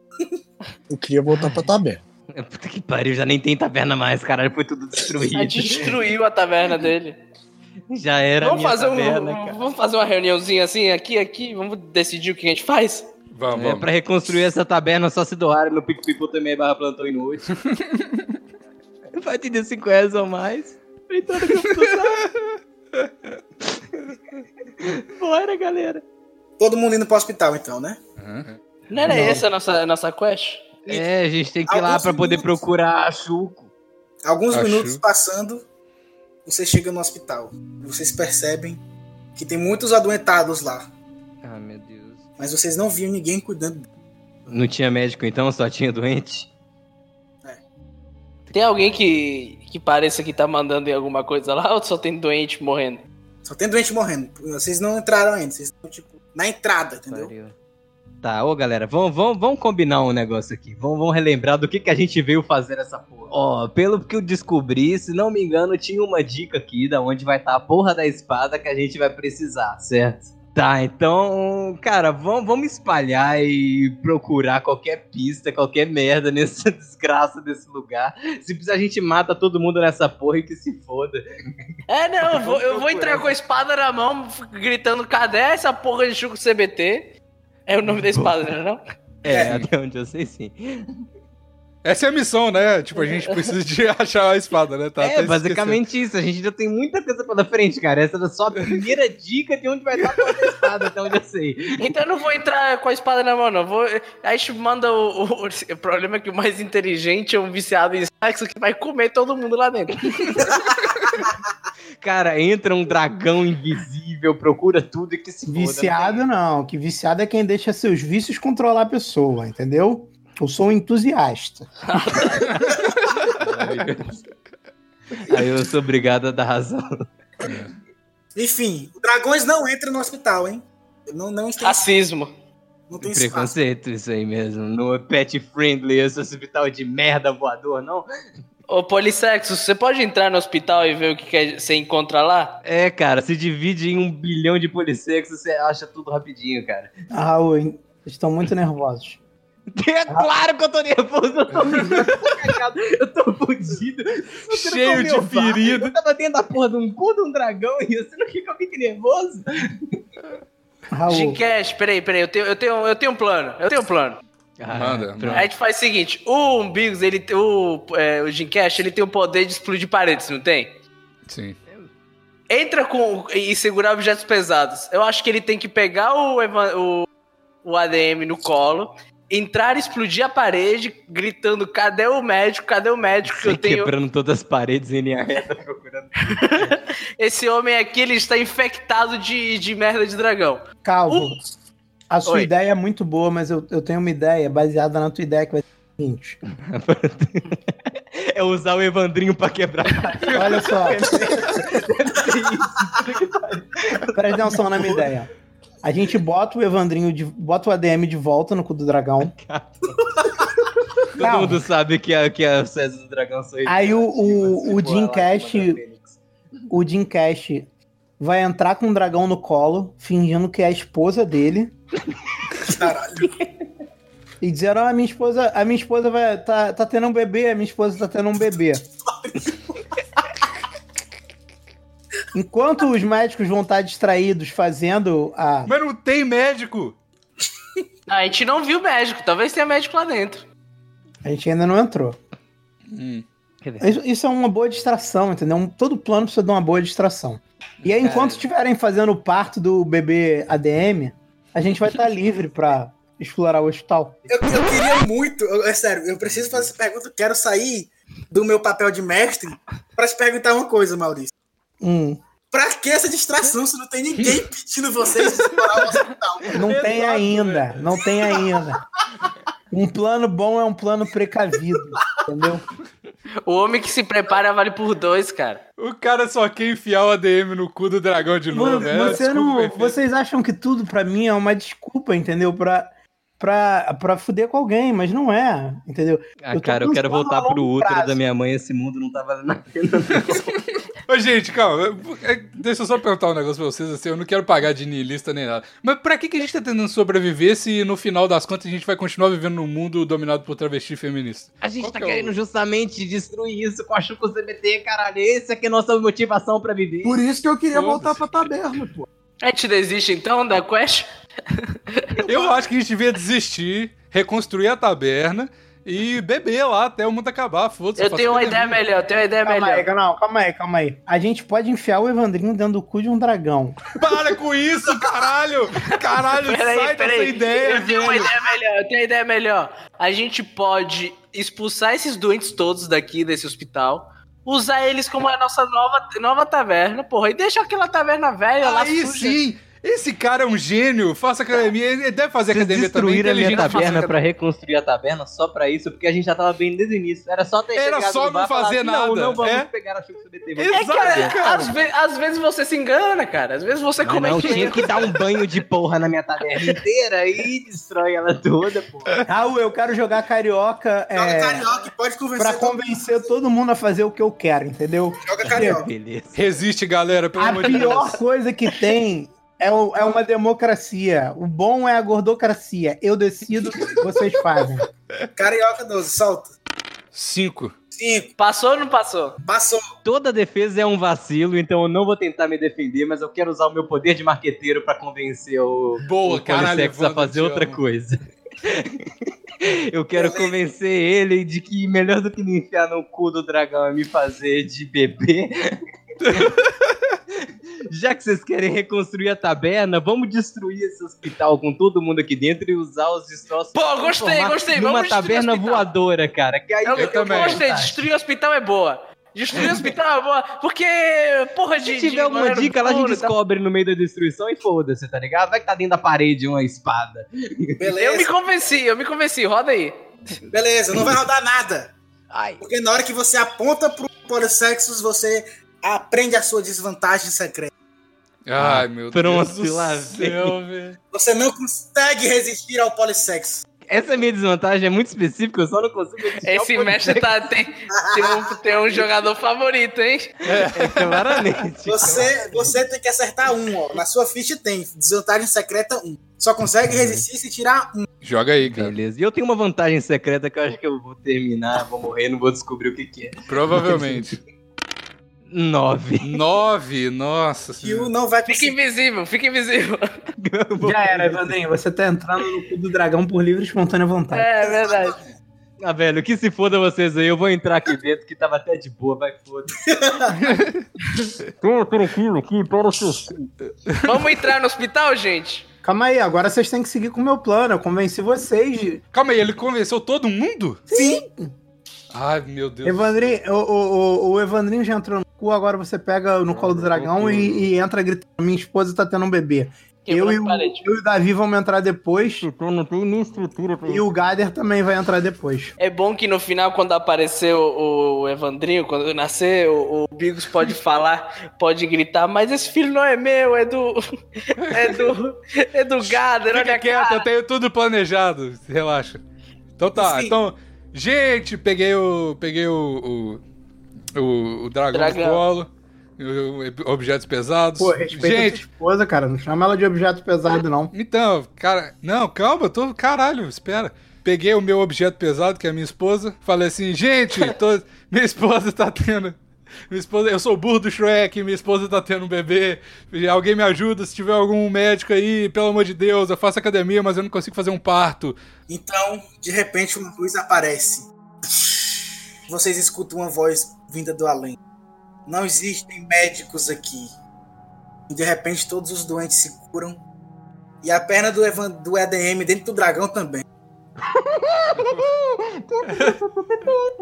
Speaker 4: Eu queria voltar pra taberna.
Speaker 3: Puta que pariu, já nem tem taverna mais, caralho. Foi tudo
Speaker 6: A gente
Speaker 3: destruído.
Speaker 6: destruiu a taverna dele.
Speaker 3: Já era. a
Speaker 6: Vamos
Speaker 3: minha
Speaker 6: fazer, um,
Speaker 3: taverna, cara.
Speaker 6: vamos fazer uma reuniãozinha assim, aqui, aqui. Vamos decidir o que a gente faz.
Speaker 1: Vamos,
Speaker 3: É,
Speaker 1: vamos.
Speaker 3: pra reconstruir essa taberna, só se doarem no PicPipo também, barra plantão inútil. Vai te dar 5 reais ou mais. Tem toda que eu precisar. Bora, galera.
Speaker 2: Todo mundo indo pro hospital, então, né?
Speaker 1: Aham.
Speaker 6: Não era essa a nossa, a nossa quest?
Speaker 3: É, a gente tem que ir lá
Speaker 2: Alguns
Speaker 3: pra poder
Speaker 2: minutos.
Speaker 3: procurar a Chuco.
Speaker 2: Alguns
Speaker 1: Acho.
Speaker 2: minutos passando, vocês chegam no hospital. Vocês percebem que tem muitos adoentados lá,
Speaker 3: Ah, meu Deus.
Speaker 2: mas vocês não viam ninguém cuidando.
Speaker 3: Não tinha médico então, só tinha doente?
Speaker 6: Tem alguém que, que pareça que tá mandando em alguma coisa lá ou só tem doente morrendo?
Speaker 2: Só tem doente morrendo. Vocês não entraram ainda. Vocês estão, tipo, na entrada, entendeu?
Speaker 3: Pariu. Tá, ô galera, vamos, vamos, vamos combinar um negócio aqui. Vamos, vamos relembrar do que, que a gente veio fazer essa porra. Ó, pelo que eu descobri, se não me engano, tinha uma dica aqui da onde vai estar a porra da espada que a gente vai precisar, certo? Tá, então, cara, vamos, vamos espalhar e procurar qualquer pista, qualquer merda nessa desgraça desse lugar. Se precisar, a gente mata todo mundo nessa porra e que se foda.
Speaker 6: É, não, eu vou, eu vou
Speaker 3: procurar.
Speaker 6: entrar com a espada na mão, f- gritando, cadê essa porra de Chuco CBT? É o nome da espada, não é não?
Speaker 3: É, até onde eu sei sim.
Speaker 1: Essa é a missão, né? Tipo, a gente precisa de achar a espada, né? Tá até
Speaker 3: é,
Speaker 1: esquecendo.
Speaker 3: basicamente isso. A gente já tem muita coisa pela frente, cara. Essa era só a primeira dica de onde vai estar a espada, até onde eu sei.
Speaker 6: Então eu não vou entrar com a espada na mão, não. Vou, aí te manda o, o- o problema é que o mais inteligente é um viciado em sexo que vai comer todo mundo lá dentro.
Speaker 3: Cara, entra um dragão invisível, procura tudo e que se foda. né?
Speaker 5: Viciado não, que viciado é quem deixa seus vícios controlar a pessoa, entendeu? Eu sou um entusiasta.
Speaker 3: Aí eu sou obrigado a dar razão.
Speaker 2: Enfim, o dragões não entra no hospital, hein? Não, não tem,
Speaker 6: Racismo.
Speaker 2: não tem espaço.
Speaker 3: Preconceito, isso aí mesmo. Não é pet friendly, esse hospital de merda voador, não.
Speaker 6: Ô, polissexo, você pode entrar no hospital e ver o que, que é- você encontra lá?
Speaker 3: É, cara, se divide em um bilhão de polissexos, você acha tudo rapidinho, cara.
Speaker 5: Ah, Raul, hein? Vocês estão muito nervosos.
Speaker 3: É claro que eu tô nervoso, eu tô cagado, eu tô fudido.
Speaker 1: Cheio de ferida.
Speaker 3: Eu tava dentro da porra de um cu de um dragão e você não quer que eu fique nervoso?
Speaker 5: Raul,
Speaker 6: Gincash, peraí, peraí, eu tenho, eu, tenho, eu tenho um plano, eu tenho um plano.
Speaker 1: Manda,
Speaker 3: Ah, pronto.
Speaker 5: É
Speaker 1: manda.
Speaker 6: A gente faz o seguinte, o Umbigos, ele, tem- o, é, o Gincash, ele tem o poder de explodir paredes, não tem?
Speaker 1: Sim.
Speaker 6: entra com e segurar objetos pesados. Eu acho que ele tem que pegar o, Eva- o, o ADM no colo, entrar e explodir a parede, gritando: cadê o médico? Cadê o médico que eu tenho?
Speaker 3: Quebrando todas as paredes em linha reta, procurando.
Speaker 6: Esse homem aqui ele está infectado de, de merda de dragão.
Speaker 5: Calvo, a sua
Speaker 6: Oi.
Speaker 5: ideia é muito boa, mas eu, eu tenho uma ideia baseada na tua ideia que vai ser a seguinte.
Speaker 3: É usar o Evandrinho pra quebrar a parede.
Speaker 5: Olha só. Presta atenção na minha ideia. A gente bota o Evandrinho, de, bota o ADM de volta no cu do dragão.
Speaker 3: Todo
Speaker 5: Calma.
Speaker 3: mundo sabe que a, que a César do Dragão sou eu.
Speaker 5: Aí o- o-
Speaker 3: Tipo,
Speaker 5: o
Speaker 3: a
Speaker 5: Jim
Speaker 3: lá que
Speaker 5: Cash-
Speaker 3: manda Fênix.
Speaker 5: o Jim Cash vai entrar com o dragão no colo, fingindo que é a esposa dele. E dizer, ó, a minha esposa, a minha esposa vai, tá, tá tendo um bebê, a minha esposa tá tendo um bebê. Enquanto os médicos vão estar distraídos fazendo a.
Speaker 1: Mas não tem médico!
Speaker 6: A gente não viu médico, talvez tenha médico lá dentro.
Speaker 5: A gente ainda não entrou. Isso, isso é uma boa distração, entendeu? Um- todo plano precisa de uma boa distração. E aí, enquanto estiverem fazendo o parto do bebê ADM, a gente vai estar livre pra explorar o hospital.
Speaker 2: Eu, eu queria muito, eu- é sério, eu preciso fazer essa pergunta. eu Quero sair do meu papel de mestre pra te perguntar uma coisa, Maurício.
Speaker 5: Hum,
Speaker 2: Pra que essa distração se não tem ninguém pedindo vocês de explorar o hospital?
Speaker 5: não tem ainda,
Speaker 1: né?
Speaker 5: não tem ainda. Um plano bom é um plano precavido, entendeu?
Speaker 6: O homem que se prepara vale por dois, cara.
Speaker 1: O cara só quer enfiar o ADM no cu do dragão de novo, né?
Speaker 5: Você
Speaker 1: Desculpa,
Speaker 5: não,
Speaker 1: perfeito.
Speaker 5: vocês acham que tudo pra mim é uma desculpa, entendeu? Pra, pra, pra fuder com alguém, mas não é, entendeu?
Speaker 3: Ah,
Speaker 5: Eu tô
Speaker 3: cara, eu quero
Speaker 5: pensando a
Speaker 3: voltar pro
Speaker 5: longo
Speaker 3: útero
Speaker 5: prazo.
Speaker 3: da minha mãe, esse mundo não tá valendo a pena.
Speaker 1: Ô, gente, calma. é, é, Deixa eu só perguntar um negócio pra vocês, assim, eu não quero pagar de niilista nem nada. Mas pra que, que a gente tá tentando sobreviver se no final das contas a gente vai continuar vivendo num mundo dominado por travesti feminista?
Speaker 3: A gente
Speaker 1: Qual
Speaker 3: tá
Speaker 1: que é o-
Speaker 3: querendo justamente destruir isso com a Chuco CBT, caralho. Essa que é a nossa motivação pra viver.
Speaker 4: Por isso que eu queria
Speaker 1: Foda-se.
Speaker 4: voltar pra taberna, pô.
Speaker 6: A gente desiste então da quest?
Speaker 1: Eu acho que a gente devia desistir, reconstruir a taberna e beber lá até o mundo acabar. Foda-se.
Speaker 6: Eu
Speaker 1: faço
Speaker 6: tenho uma
Speaker 1: academia.
Speaker 6: ideia melhor, eu tenho uma ideia
Speaker 5: Calma aí,
Speaker 6: É melhor.
Speaker 5: calma aí, calma aí, calma aí. A gente pode enfiar o Evandrinho dentro do cu de um dragão.
Speaker 1: Para com isso, caralho! Caralho, sai
Speaker 6: Peraí,
Speaker 1: dessa
Speaker 6: peraí.
Speaker 1: ideia,
Speaker 6: eu tenho uma
Speaker 1: velho!
Speaker 6: ideia melhor, eu tenho uma ideia melhor. A gente pode expulsar esses doentes todos daqui desse hospital, usar eles como a nossa nova, nova taverna, porra, e deixa aquela taverna velha lá
Speaker 1: Aí
Speaker 6: suja.
Speaker 1: sim! Esse cara é um gênio, faça academia, ele deve fazer
Speaker 3: Vocês
Speaker 1: academia também.
Speaker 3: destruíram a minha
Speaker 1: inteligente, faça
Speaker 3: taverna
Speaker 1: academia.
Speaker 3: pra reconstruir a taverna só pra isso, porque a gente já tava bem desde o início. Era só ter
Speaker 1: Era
Speaker 3: chegado
Speaker 1: só
Speaker 3: no bar
Speaker 1: não
Speaker 3: e falar
Speaker 1: fazer
Speaker 3: assim, Não,
Speaker 1: nada,
Speaker 3: não vamos
Speaker 1: é?
Speaker 3: pegar a chuva que você meteu.
Speaker 1: Exato.
Speaker 3: vamos pegar a taverna."
Speaker 1: Cara.
Speaker 6: É Às, ve- às vezes você se engana, cara. Às vezes você
Speaker 3: Não,
Speaker 1: é
Speaker 3: não,
Speaker 6: comete
Speaker 3: tinha
Speaker 6: erro.
Speaker 3: que dar um banho de porra na minha taverna inteira e destrói ela toda, pô.
Speaker 5: Raul, eu quero jogar carioca
Speaker 2: Joga
Speaker 5: é,
Speaker 2: um carioca, pode convencer.
Speaker 5: pra
Speaker 1: tá-
Speaker 5: convencer todo mundo a fazer o que eu quero, entendeu?
Speaker 2: Joga carioca.
Speaker 3: Beleza.
Speaker 1: Resiste, galera, pelo
Speaker 5: A
Speaker 1: amor de Deus.
Speaker 5: pior coisa que tem é, o- é uma democracia. O bom é a gordocracia. Eu decido, vocês fazem.
Speaker 2: Carioca 12, solta.
Speaker 1: Cinco.
Speaker 2: 5,
Speaker 6: Passou ou não passou?
Speaker 2: passou.
Speaker 3: Toda defesa é um vacilo, então eu não vou tentar me defender, mas eu quero usar o meu poder de marqueteiro pra convencer o,
Speaker 1: Boa,
Speaker 3: o
Speaker 1: caralho.
Speaker 3: Polissex a
Speaker 1: Evandro,
Speaker 3: fazer
Speaker 1: te
Speaker 3: outra
Speaker 1: amo.
Speaker 3: coisa. eu quero convencer ele de que melhor do que me enfiar no cu do dragão é me fazer de bebê. Já que vocês querem reconstruir a taberna, vamos destruir esse hospital com todo mundo aqui dentro e usar os destroços.
Speaker 6: Pô,
Speaker 3: pra
Speaker 6: gostei,
Speaker 3: transformar
Speaker 6: gostei,
Speaker 3: Numa
Speaker 6: vamos destruir o
Speaker 3: taberna
Speaker 6: hospital. É
Speaker 3: voadora, cara. Que aí
Speaker 6: Eu,
Speaker 1: Eu
Speaker 6: eu
Speaker 1: também.
Speaker 6: gostei, destruir o hospital é boa. Destruir o hospital é boa, porque, porra, de.
Speaker 3: Se tiver alguma dica lá, a gente descobre no meio da destruição e foda-se, tá ligado? Vai que tá dentro da parede uma espada.
Speaker 6: Eu me
Speaker 2: Beleza,
Speaker 6: convenci, eu me convenci, roda aí.
Speaker 2: beleza, não vai rodar nada.
Speaker 3: Ai.
Speaker 2: Porque na hora que você aponta pro Polissexus, você aprende a sua desvantagem secreta.
Speaker 1: Ai, meu
Speaker 3: Ah, Pronto,
Speaker 1: Deus. do
Speaker 3: lá
Speaker 1: céu, velho.
Speaker 2: Você não consegue resistir ao Polissexus.
Speaker 3: Essa minha desvantagem é muito específica, eu só não consigo. identificar
Speaker 6: Esse
Speaker 3: o
Speaker 6: mestre tá, tem, tem, um, tem um jogador favorito, hein?
Speaker 3: poder, Claramente.
Speaker 2: Você, você tem que acertar um, ó. Na sua ficha tem desvantagem secreta um. Só consegue resistir se tirar um.
Speaker 1: Joga aí, cara.
Speaker 3: Beleza. E eu tenho uma vantagem secreta que eu acho que eu vou terminar, vou morrer, não vou descobrir o que, que é.
Speaker 1: Provavelmente.
Speaker 3: Nove.
Speaker 1: Nove, nossa
Speaker 2: Que
Speaker 1: senhora.
Speaker 2: um. o não vai
Speaker 6: Fica
Speaker 2: conseguir.
Speaker 6: invisível, fica invisível.
Speaker 3: Eu vou-
Speaker 5: Já era, Evandrinho. Você tá entrando no cu do dragão por livre e espontânea vontade.
Speaker 6: É verdade.
Speaker 3: Ah, velho, que se foda vocês aí, eu vou entrar aqui dentro que tava até de boa, vai foda.
Speaker 8: Tô tranquilo aqui, para seus.
Speaker 6: Vamos entrar no hospital, gente?
Speaker 5: Calma aí, agora vocês têm que seguir com o meu plano. Eu convenci vocês. de-
Speaker 1: Calma aí, ele convenceu todo mundo?
Speaker 2: Sim,
Speaker 1: Ai, meu Deus.
Speaker 5: Evandrinho, o, o, o- o Evandrinho já entrou no cu, agora você pega no colo do dragão e, e entra gritando: Minha esposa tá tendo um bebê. Eu
Speaker 6: Quebrou
Speaker 5: e,
Speaker 6: a
Speaker 5: o,
Speaker 6: parede.
Speaker 5: eu e o Davi vamos entrar depois.
Speaker 8: Eu não tenho nem estrutura pra
Speaker 5: E o Gader também vai entrar depois.
Speaker 6: É bom que no final, quando aparecer o, o Evandrinho, quando nascer, o, o Bigos pode falar, pode gritar, mas esse filho não é meu, é do. É do. É do Gader,
Speaker 1: Fica
Speaker 6: olha
Speaker 1: quieto,
Speaker 6: cara.
Speaker 1: eu tenho tudo planejado. Relaxa. Então tá,
Speaker 2: Sim.
Speaker 1: então. Gente, peguei o. Peguei o. O, o, o dragão,
Speaker 6: Dragão.
Speaker 1: no colo. o- o- Objetos pesados.
Speaker 5: Pô, respeita a
Speaker 1: Gente,
Speaker 5: sua esposa, cara. Não chama ela de objeto pesado, não.
Speaker 1: Então, cara, não, calma, eu tô. Caralho, espera. Peguei o meu objeto pesado, que é a minha esposa. Falei assim, gente, tô- minha esposa tá tendo. Minha esposa, eu sou o burro do Shrek, minha esposa tá tendo um bebê. Alguém me ajuda se tiver algum médico aí, pelo amor de Deus, eu faço academia, mas eu não consigo fazer um parto.
Speaker 2: Então, de repente, uma luz aparece. Vocês escutam uma voz vinda do além. Não existem médicos aqui. E de repente, todos os doentes se curam. E a perna do, Evan, do EDM dentro do dragão também.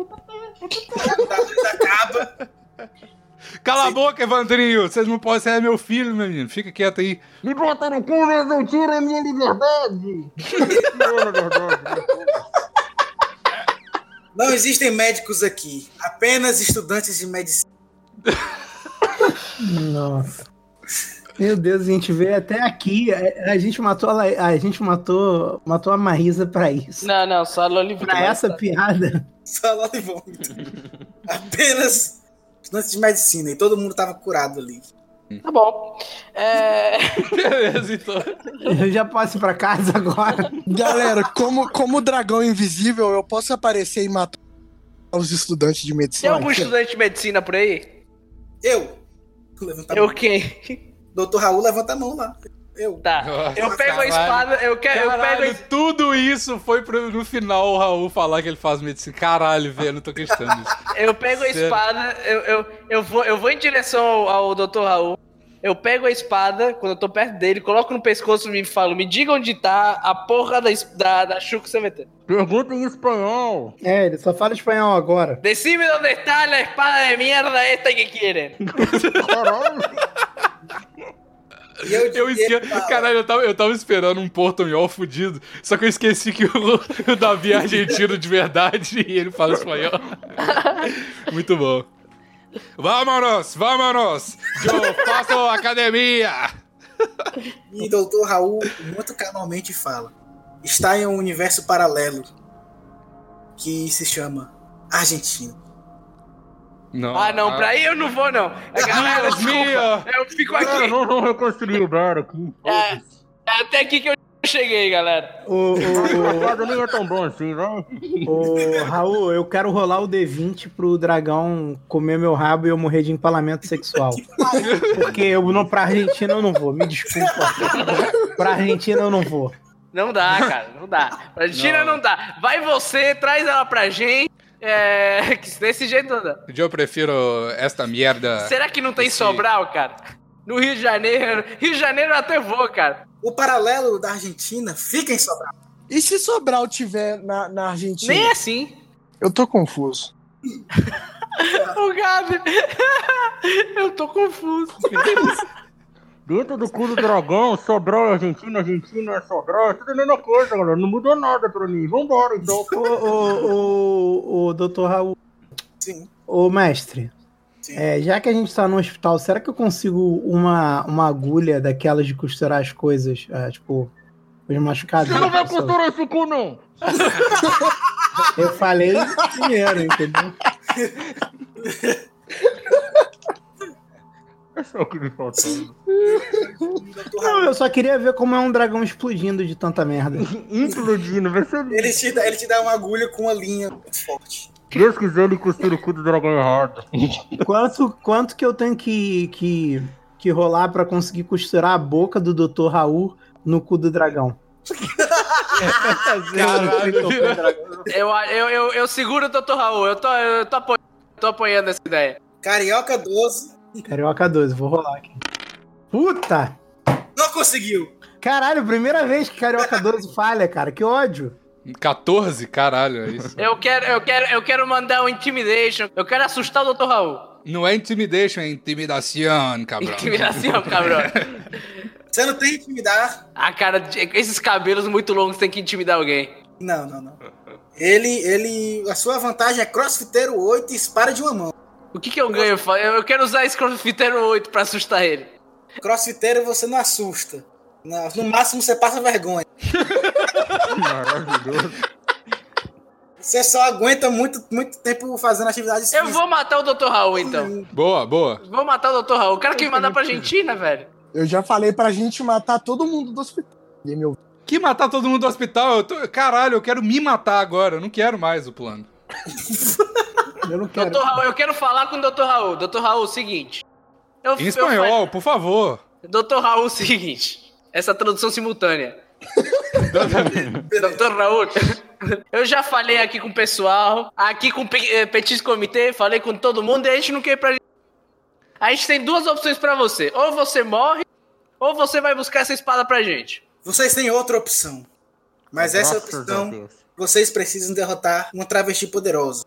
Speaker 2: a luz acaba.
Speaker 1: Cala a boca, Evandrinho! Vocês não podem, você é meu filho, meu menino. Fica quieto aí.
Speaker 8: Me bota no cu, mas não tira a minha liberdade. não, na verdade.
Speaker 2: Não existem médicos aqui. Apenas estudantes de medicina.
Speaker 5: Nossa. Meu Deus, a gente veio até aqui. A, a gente matou a, La- a gente matou, matou a Marisa pra isso.
Speaker 6: Não, tá. não, só a Lolivita.
Speaker 5: Pra é essa piada.
Speaker 2: Só lá e vômito. Apenas estudantes de medicina. E todo mundo tava curado ali.
Speaker 6: Tá bom. É,
Speaker 1: Beleza, então.
Speaker 5: Eu já posso ir pra casa agora.
Speaker 4: Galera, como, como dragão invisível, eu posso aparecer e matar os estudantes de
Speaker 6: Tem
Speaker 4: medicina?
Speaker 6: algum estudante de medicina por aí?
Speaker 2: Eu.
Speaker 5: Tá
Speaker 2: Levanta a
Speaker 6: Eu
Speaker 2: mão.
Speaker 6: quem?
Speaker 2: Doutor Raul, levanta a mão lá. Eu.
Speaker 6: Tá. Eu pego a espada, eu quero. É, Eu pego a
Speaker 1: Caralho, tudo isso foi pro, no final o Raul falar que ele faz medicina. Caralho, velho, não tô acreditando nisso.
Speaker 6: Eu pego a
Speaker 1: Sério.
Speaker 6: espada, eu, eu, eu, vou, eu vou em direção ao, ao Dr. Raul. Eu pego a espada, quando eu tô perto dele, coloco no pescoço e me falo: me diga onde tá a porra da, es- da, da Chuco CVT.
Speaker 8: Pergunta em espanhol.
Speaker 5: É, ele só fala espanhol agora.
Speaker 6: Decime onde está a espada de mierda esta que quieren.
Speaker 8: Caralho.
Speaker 2: E eu,
Speaker 1: Eu esque... Caralho, eu tava, eu tava esperando um portunhol fudido, só que eu esqueci que o, o Davi é argentino de verdade e ele fala espanhol. Muito bom. Vámonos, vámonos! que Eu faço academia!
Speaker 2: E Dr. Raul muito calmamente fala: está em um universo paralelo que se chama Argentina.
Speaker 1: Não,
Speaker 6: Ah, não, pra aí eu não vou, não. É, Galera,
Speaker 1: Deus
Speaker 6: desculpa. Eu fico
Speaker 8: Cara,
Speaker 6: aqui.
Speaker 8: nós não reconstruíram aqui.
Speaker 6: É, é até aqui que eu cheguei, galera.
Speaker 5: O,
Speaker 8: O
Speaker 5: o,
Speaker 8: quadro nem é tão bom assim, não.
Speaker 5: o- o- Raul, eu quero rolar o D20 pro dragão comer meu rabo e eu morrer de empalamento sexual. Porque eu não, pra Argentina eu não vou, me desculpa. Pra Argentina eu não vou.
Speaker 6: Não dá, cara, não dá. Pra Tira
Speaker 1: Não.
Speaker 6: não. dá. Vai você, traz ela pra gente. É, que desse jeito não dá.
Speaker 1: Eu prefiro esta merda.
Speaker 6: Será que não tem
Speaker 1: Esse-
Speaker 6: Sobral, cara? No Rio de Janeiro. Rio de Janeiro eu até vou, cara.
Speaker 2: O paralelo da Argentina fica em Sobral.
Speaker 4: E se Sobral tiver na, na Argentina?
Speaker 6: Nem assim.
Speaker 4: Eu tô confuso.
Speaker 6: O Gabi. eu tô confuso.
Speaker 8: Dentro do cu do dragão, Sobral é Argentina, Argentina é Sobral, é tudo a mesma coisa, galera. Não mudou nada pra mim. Vambora, então.
Speaker 5: O, o, o, o doutor Raul,
Speaker 2: Sim.
Speaker 5: ô mestre,
Speaker 2: Sim.
Speaker 5: é, já que a gente tá no hospital, será que eu consigo uma, uma agulha daquelas de costurar as coisas? é, tipo, os machucados?
Speaker 8: Você não vai
Speaker 5: das pessoas?
Speaker 8: costurar esse cu, não.
Speaker 5: Eu falei primeiro, entendeu?
Speaker 8: É só o que ele falta.
Speaker 2: Dr. Raul,
Speaker 5: Não, eu só queria ver como é um dragão explodindo de tanta merda.
Speaker 8: Implodindo, vai ser
Speaker 2: ele, te dá, ele te dá uma agulha com uma linha muito forte.
Speaker 8: Deus quiser, ele costura o cu do dragão errado.
Speaker 5: Quanto, quanto que eu tenho que, que, que rolar pra conseguir costurar a boca do Dr. Raul no cu do dragão?
Speaker 1: Caralho, vira-
Speaker 6: Eu, eu, eu, eu seguro o Dr. Raul. Eu tô, eu tô, apo- tô apoiando essa ideia.
Speaker 2: Carioca 12
Speaker 5: Carioca 12, vou rolar aqui. Puta!
Speaker 2: não conseguiu.
Speaker 5: Caralho, primeira vez que Carioca 12 falha, cara. Que ódio.
Speaker 1: 14? Caralho, é isso.
Speaker 6: Eu quero, eu quero, eu quero mandar um intimidation. Eu quero assustar o Dr. Raul.
Speaker 1: Não é intimidation, é intimidação, cabrão.
Speaker 6: Intimidação, cabrão.
Speaker 2: Você não tem que intimidar?
Speaker 6: Ah, cara, esses cabelos muito longos tem que intimidar alguém.
Speaker 2: Não, não, não. Ele, ele, a sua vantagem é crossfiteiro 8 e espara de uma mão.
Speaker 6: O que que eu ganho? fa- Eu eu quero usar esse crossfiteiro 8 pra assustar ele.
Speaker 2: Crossfiteiro você não assusta. Não, no máximo você passa vergonha.
Speaker 8: Maravilhoso.
Speaker 2: Você só aguenta muito, muito tempo fazendo atividades
Speaker 6: Eu
Speaker 2: físicas.
Speaker 6: vou matar o Dr. Raul, então.
Speaker 1: Boa, boa.
Speaker 6: Vou matar o Dr. Raul. O cara que me mandar pra Argentina, velho.
Speaker 4: Eu já falei pra gente matar todo mundo do hospital. Ninguém me ouviu.
Speaker 1: Que matar todo mundo do hospital? Eu tô- Caralho, eu quero me matar agora. Eu não quero mais o plano.
Speaker 5: Eu não quero.
Speaker 6: Dr. Raul, eu quero falar com o Dr. Raul. Dr. Raul, é o seguinte. Eu,
Speaker 1: Em
Speaker 6: eu
Speaker 1: espanhol, por favor.
Speaker 6: falei- Dr. Raul, é o seguinte. Essa tradução simultânea. Dr. Raul, eu já falei aqui com o pessoal, aqui com o pe- eh, Petit Comitê, falei com todo mundo e a gente não quer ir pra A gente tem duas opções pra você. Ou você morre, ou você vai buscar essa espada pra gente.
Speaker 2: Vocês têm outra opção. Mas essa
Speaker 8: Graças a
Speaker 2: opção,
Speaker 8: Deus.
Speaker 2: vocês precisam derrotar uma travesti poderosa.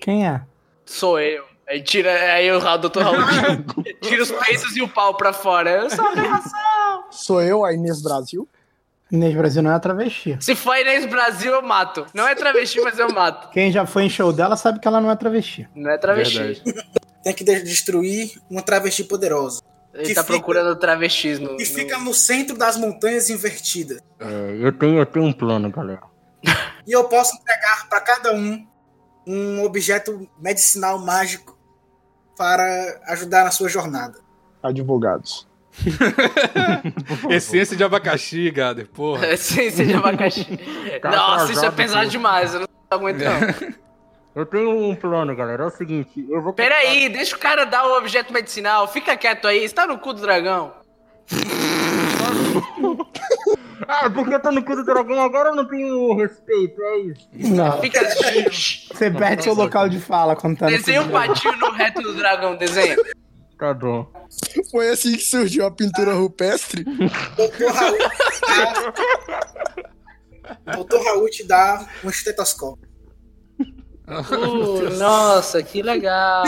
Speaker 5: Quem é?
Speaker 6: Sou eu. Aí tira, aí o Ra- o Dr. Raul tira, tira os peitos e o pau pra fora. Eu só-
Speaker 4: Sou eu, a Inês Brasil.
Speaker 5: Inês Brasil não é uma travesti.
Speaker 6: se for Inês Brasil, eu mato. Não é travesti, mas eu mato.
Speaker 5: Quem já foi em show dela sabe que ela não é travesti.
Speaker 6: Não é travesti.
Speaker 1: Verdade.
Speaker 2: Tem que de- destruir uma travesti poderosa.
Speaker 6: Ele
Speaker 2: Que
Speaker 6: tá
Speaker 2: fica-
Speaker 6: procurando travestis no.
Speaker 2: E
Speaker 6: no-
Speaker 2: fica no centro das montanhas invertidas.
Speaker 8: É, eu, tenho, eu tenho um plano, galera.
Speaker 2: E eu posso entregar para cada um um objeto medicinal mágico para ajudar na sua jornada.
Speaker 4: Advogados.
Speaker 1: Essência de abacaxi, Gader,
Speaker 6: É.
Speaker 1: porra.
Speaker 6: Essência de abacaxi.
Speaker 8: Tá
Speaker 6: Nossa, isso é
Speaker 8: atrasado, É.
Speaker 6: pesado
Speaker 8: pô.
Speaker 6: demais. Eu não aguento, não.
Speaker 8: Eu tenho um plano, galera. É o seguinte, eu vou...
Speaker 6: Peraí, deixa o cara dar o objeto medicinal. Fica quieto aí, está no cu do dragão.
Speaker 8: Ah, porque eu tô no cu do dragão agora eu não tenho respeito, é isso.
Speaker 5: Não.
Speaker 6: Fica.
Speaker 8: Tá
Speaker 6: assim.
Speaker 5: Você perde seu local de fala quando tá no
Speaker 6: Desenha um patinho no reto do dragão, desenha.
Speaker 8: Tá bom.
Speaker 4: Foi assim que surgiu a pintura rupestre.
Speaker 2: Doutor Raul, Doutor Raul te dá um estetoscópio.
Speaker 6: Uh, nossa, que legal.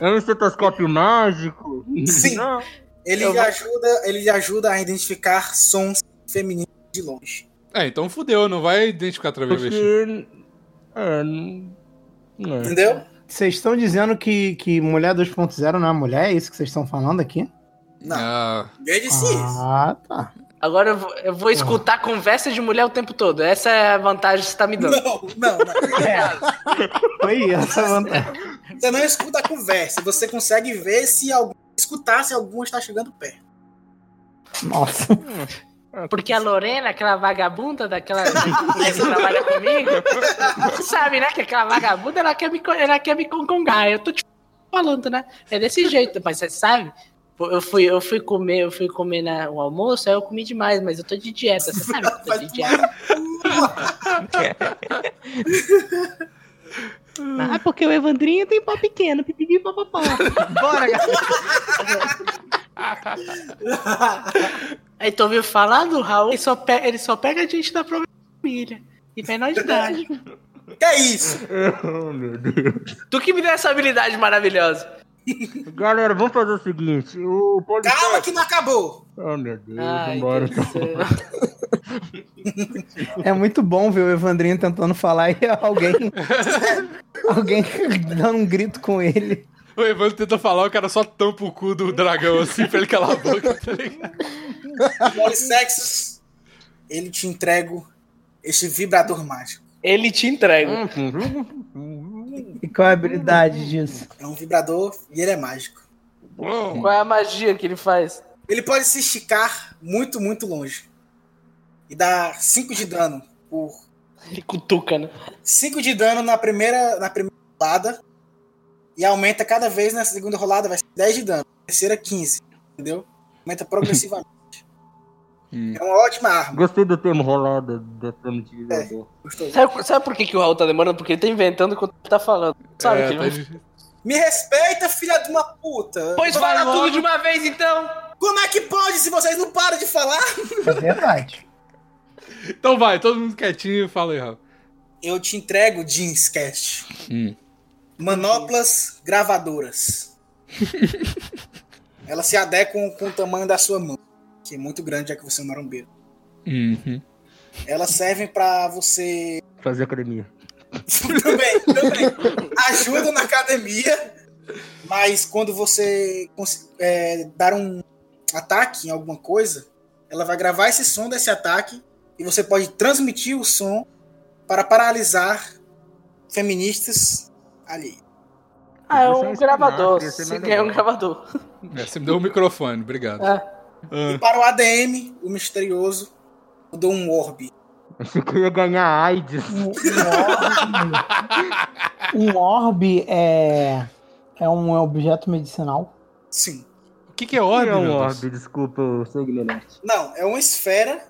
Speaker 8: É um estetoscópio mágico.
Speaker 2: Sim.
Speaker 6: Não.
Speaker 2: Ele
Speaker 6: Eu
Speaker 2: lhe
Speaker 6: vou-
Speaker 2: ajuda, ele lhe ajuda a identificar sons femininos de longe.
Speaker 1: É, então fudeu, não vai identificar travesti.
Speaker 8: Porque. É. não- não é.
Speaker 2: Entendeu?
Speaker 5: Vocês estão dizendo que, que mulher 2.0 não é mulher? É isso que vocês estão falando aqui?
Speaker 2: Não.
Speaker 1: Ah,
Speaker 2: Ninguém disse isso.
Speaker 5: Ah, tá.
Speaker 6: Agora eu vou, eu vou escutar conversa de mulher o tempo todo. Essa é a vantagem que você tá me dando.
Speaker 2: Não, não, não.
Speaker 5: Foi essa a vantagem.
Speaker 2: Você não escuta a conversa. Você consegue ver se algum, escutar se alguma está chegando perto.
Speaker 5: Nossa.
Speaker 9: É,
Speaker 6: Porque a Lorena, aquela vagabunda daquela que trabalha comigo, você sabe, né? Que aquela vagabunda, ela quer me, co- ela quer me congongar. Eu tô te falando, né? É desse jeito, mas você sabe? Pô, Eu fui, eu fui comer, eu fui comer na, o almoço, aí eu comi demais, mas eu tô de dieta, você sabe que eu tô de dieta.
Speaker 9: Ah, porque o Evandrinho tem pau pequeno. Pipipi, papapá.
Speaker 3: Bora, galera.
Speaker 6: Aí tu ouviu falar do Raul, ele só, pe- ele só pega a gente da própria família. E menor de idade.
Speaker 2: Que é isso?
Speaker 8: Oh, meu Deus.
Speaker 6: Tu que me deu essa habilidade maravilhosa.
Speaker 8: Galera, vamos fazer o seguinte. O podcast.
Speaker 2: Calma que não acabou.
Speaker 8: Oh, meu Deus,
Speaker 6: Ai,
Speaker 8: vambora.
Speaker 6: Deus do céu.
Speaker 1: então.
Speaker 5: É muito bom ver o Evandrinho tentando falar e alguém. alguém dando um grito com ele.
Speaker 1: o Evandro tenta falar, o cara só tampa o cu do dragão assim pra ele calar a boca, tá ligado?
Speaker 2: Polissexos, ele te entrego este vibrador mágico.
Speaker 6: Ele te entrega.
Speaker 1: Hum,
Speaker 5: E qual é a habilidade disso?
Speaker 2: É um vibrador e ele é mágico.
Speaker 6: Qual é a magia que ele faz?
Speaker 2: Ele pode se esticar muito, muito longe. E dar 5 de dano por
Speaker 6: Ele cutuca, né?
Speaker 2: 5 de dano na primeira, na primeira rolada. E aumenta cada vez na segunda rolada, vai ser 10 de dano. Terceira, 15. Entendeu? Aumenta progressivamente.
Speaker 1: Hum.
Speaker 2: é uma ótima arma.
Speaker 8: Gostei do termo rolado da termo de
Speaker 2: Gostou?
Speaker 6: Sabe, sabe por que, que o Raul tá demorando? Porque ele tá inventando enquanto ele tá falando. Sabe
Speaker 1: É,
Speaker 6: que
Speaker 1: tá
Speaker 6: ele-
Speaker 1: de-
Speaker 2: Me respeita, filha de uma puta.
Speaker 6: Pois fala tudo de uma vez, então!
Speaker 2: Como é que pode se vocês não param de falar?
Speaker 5: É verdade.
Speaker 1: Então vai, todo mundo quietinho e fala aí, Raul.
Speaker 2: Eu te entrego, Jeans Cast.
Speaker 1: Hum.
Speaker 2: Manoplas gravadoras. Elas se adequam com o tamanho da sua mão, que é muito grande, já que você é um marombeiro.
Speaker 1: Uhum.
Speaker 2: Elas servem pra você
Speaker 8: Fazer academia.
Speaker 2: também, também. Ajuda na academia, mas quando você cons- é, dar um ataque em alguma coisa, ela vai gravar esse som desse ataque e você pode transmitir o som para paralisar feministas ali.
Speaker 6: Ah, é um
Speaker 8: Você
Speaker 6: gravador.
Speaker 8: vai
Speaker 6: Se
Speaker 8: estudar,
Speaker 6: ganhar um
Speaker 8: você vai
Speaker 6: gravador.
Speaker 1: É, você me deu o microfone, obrigado.
Speaker 6: É.
Speaker 2: E para o ADM, o misterioso mandou um orbe.
Speaker 8: Achei que eu ia ganhar AIDS.
Speaker 5: Um, um orbe, um orbe é, é um objeto medicinal.
Speaker 2: Sim.
Speaker 1: O que, que é orbe,
Speaker 8: é um
Speaker 1: meu Deus?
Speaker 8: orbe, desculpa, eu sou ignorante.
Speaker 2: Não, é uma esfera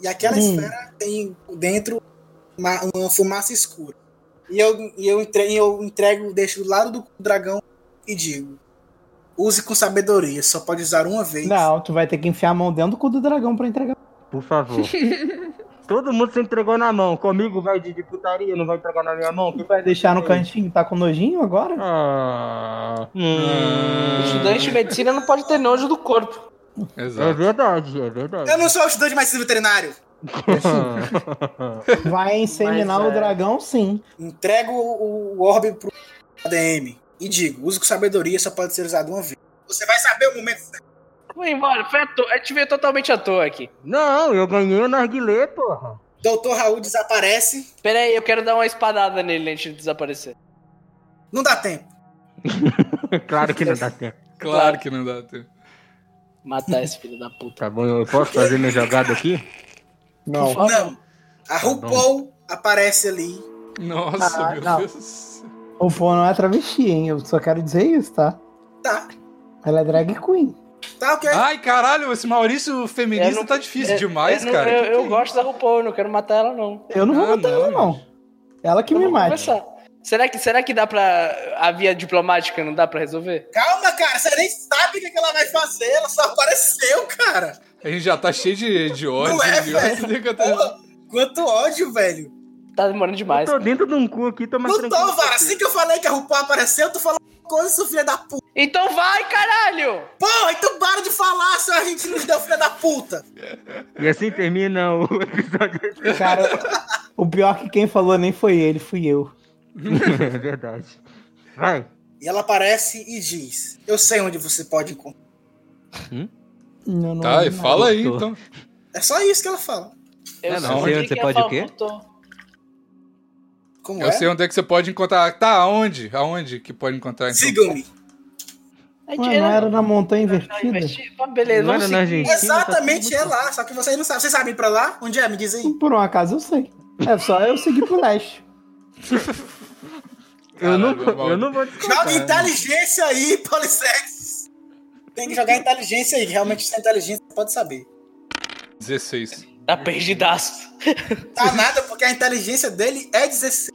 Speaker 2: e aquela
Speaker 5: Hum.
Speaker 2: esfera tem dentro uma, uma fumaça escura. E eu, e eu, entre, e eu entrego, deixo do lado do dragão e digo: use com sabedoria, só pode usar uma vez.
Speaker 5: Não, tu vai ter que enfiar a mão dentro do cu do dragão pra entregar.
Speaker 8: Por favor. Todo mundo se entregou na mão. Comigo vai de de putaria, não vai entregar na minha mão.
Speaker 5: Tu vai deixar
Speaker 8: É.
Speaker 5: no cantinho, tá com nojinho agora?
Speaker 8: Ah.
Speaker 1: Ah.
Speaker 6: O estudante de medicina não pode ter nojo do corpo.
Speaker 8: É
Speaker 1: Exato.
Speaker 8: verdade, é verdade.
Speaker 2: Eu não sou estudante, mas sou veterinário.
Speaker 5: Vai inseminar
Speaker 6: Mas,
Speaker 5: o
Speaker 6: é.
Speaker 5: dragão, sim.
Speaker 2: Entrego o, o orbe pro ADM e digo: use com sabedoria, só pode ser usado uma vez. Você vai saber o momento certo.
Speaker 6: Vem embora, foi à toa. A gente veio totalmente à toa aqui.
Speaker 8: não, eu ganhei na narguilé, porra.
Speaker 2: Doutor Raul desaparece,
Speaker 6: Pera aí, eu quero dar uma espadada nele antes de desaparecer.
Speaker 2: não dá tempo.
Speaker 8: Claro que não dá tempo.
Speaker 6: É.
Speaker 1: Claro que não dá tempo.
Speaker 6: Matar esse filho da puta.
Speaker 8: Tá bom, eu posso fazer minha jogada aqui?
Speaker 5: Não.
Speaker 2: Não. A RuPaul aparece ali.
Speaker 1: Nossa,
Speaker 5: Ah,
Speaker 1: meu
Speaker 5: não.
Speaker 1: Deus. do céu.
Speaker 5: O pô não é travesti, hein? Eu só quero dizer isso, tá?
Speaker 2: Tá,
Speaker 5: Ela é drag queen.
Speaker 2: tá ok.
Speaker 5: Ah,
Speaker 1: Ai, caralho, esse Maurício feminista
Speaker 6: Eu não-
Speaker 1: tá difícil
Speaker 6: eu-
Speaker 1: demais,
Speaker 6: É, eu não-
Speaker 1: cara.
Speaker 6: Eu,
Speaker 1: Que
Speaker 6: eu
Speaker 1: que é
Speaker 6: gosto da RuPaul, eu não quero matar ela, não.
Speaker 5: Eu não vou
Speaker 1: Ah,
Speaker 5: matar ela,
Speaker 1: não.
Speaker 5: não. Ela que me
Speaker 6: Vamos
Speaker 5: mate.
Speaker 6: conversar. Será que, será que dá pra. A via diplomática não dá pra resolver?
Speaker 2: Calma, cara, você nem sabe o que que ela vai fazer, ela só apareceu, cara.
Speaker 1: isso? A gente já tá cheio de, de ódio.
Speaker 2: Não é,
Speaker 1: de
Speaker 2: velho.
Speaker 1: ódio né, que eu tenho.
Speaker 2: Porra, quanto ódio, velho.
Speaker 6: Tá demorando
Speaker 8: Eu
Speaker 6: demais.
Speaker 8: tô dentro de um cu aqui, tô mais
Speaker 2: Não
Speaker 8: tranquilo.
Speaker 2: tô, Vara, assim que eu falei que a RuPaul apareceu, tu falou uma coisa, seu filho da puta.
Speaker 6: Então vai, caralho!
Speaker 2: Porra, então para de falar, senão a gente nos deu filha da puta.
Speaker 8: E assim termina o episódio.
Speaker 5: Cara, o pior é que quem falou nem foi ele, fui eu.
Speaker 8: é verdade. Vai.
Speaker 2: E ela aparece e diz: Eu sei onde você pode encontrar.
Speaker 5: Não, não
Speaker 1: Tá, e
Speaker 5: lembro mais.
Speaker 1: fala aí
Speaker 8: Tô.
Speaker 1: então.
Speaker 2: É só isso que ela fala.
Speaker 6: Eu
Speaker 8: É, não,
Speaker 6: só
Speaker 8: sei
Speaker 6: vi
Speaker 8: onde você
Speaker 6: que
Speaker 8: pode o quê?
Speaker 6: faltou.
Speaker 2: Como
Speaker 1: Eu
Speaker 2: é?
Speaker 1: sei onde é que você pode encontrar. Tá, aonde? Aonde que pode encontrar? Então?
Speaker 6: um.
Speaker 2: Sigam-me.
Speaker 6: A gente
Speaker 5: Ué, não era na montanha invertida?
Speaker 6: investi- Pô, Beleza,
Speaker 8: Não
Speaker 6: vamos
Speaker 8: era na
Speaker 6: seguir.
Speaker 8: Argentina? tá
Speaker 1: tá
Speaker 2: Exatamente, é lá. Só que vocês não sabem. Vocês sabem ir pra lá? Onde é? Me diz aí.
Speaker 5: Por um acaso eu sei. É só eu seguir pro leste.
Speaker 8: Eu não,
Speaker 1: Caralho, meu irmão.
Speaker 8: eu não vou descontar.
Speaker 2: Joga inteligência aí, Polissex. Tem que jogar inteligência aí, que realmente sem inteligência você pode saber.
Speaker 1: 16.
Speaker 6: Tá perdidaço.
Speaker 2: Tá nada, porque a inteligência dele é 16.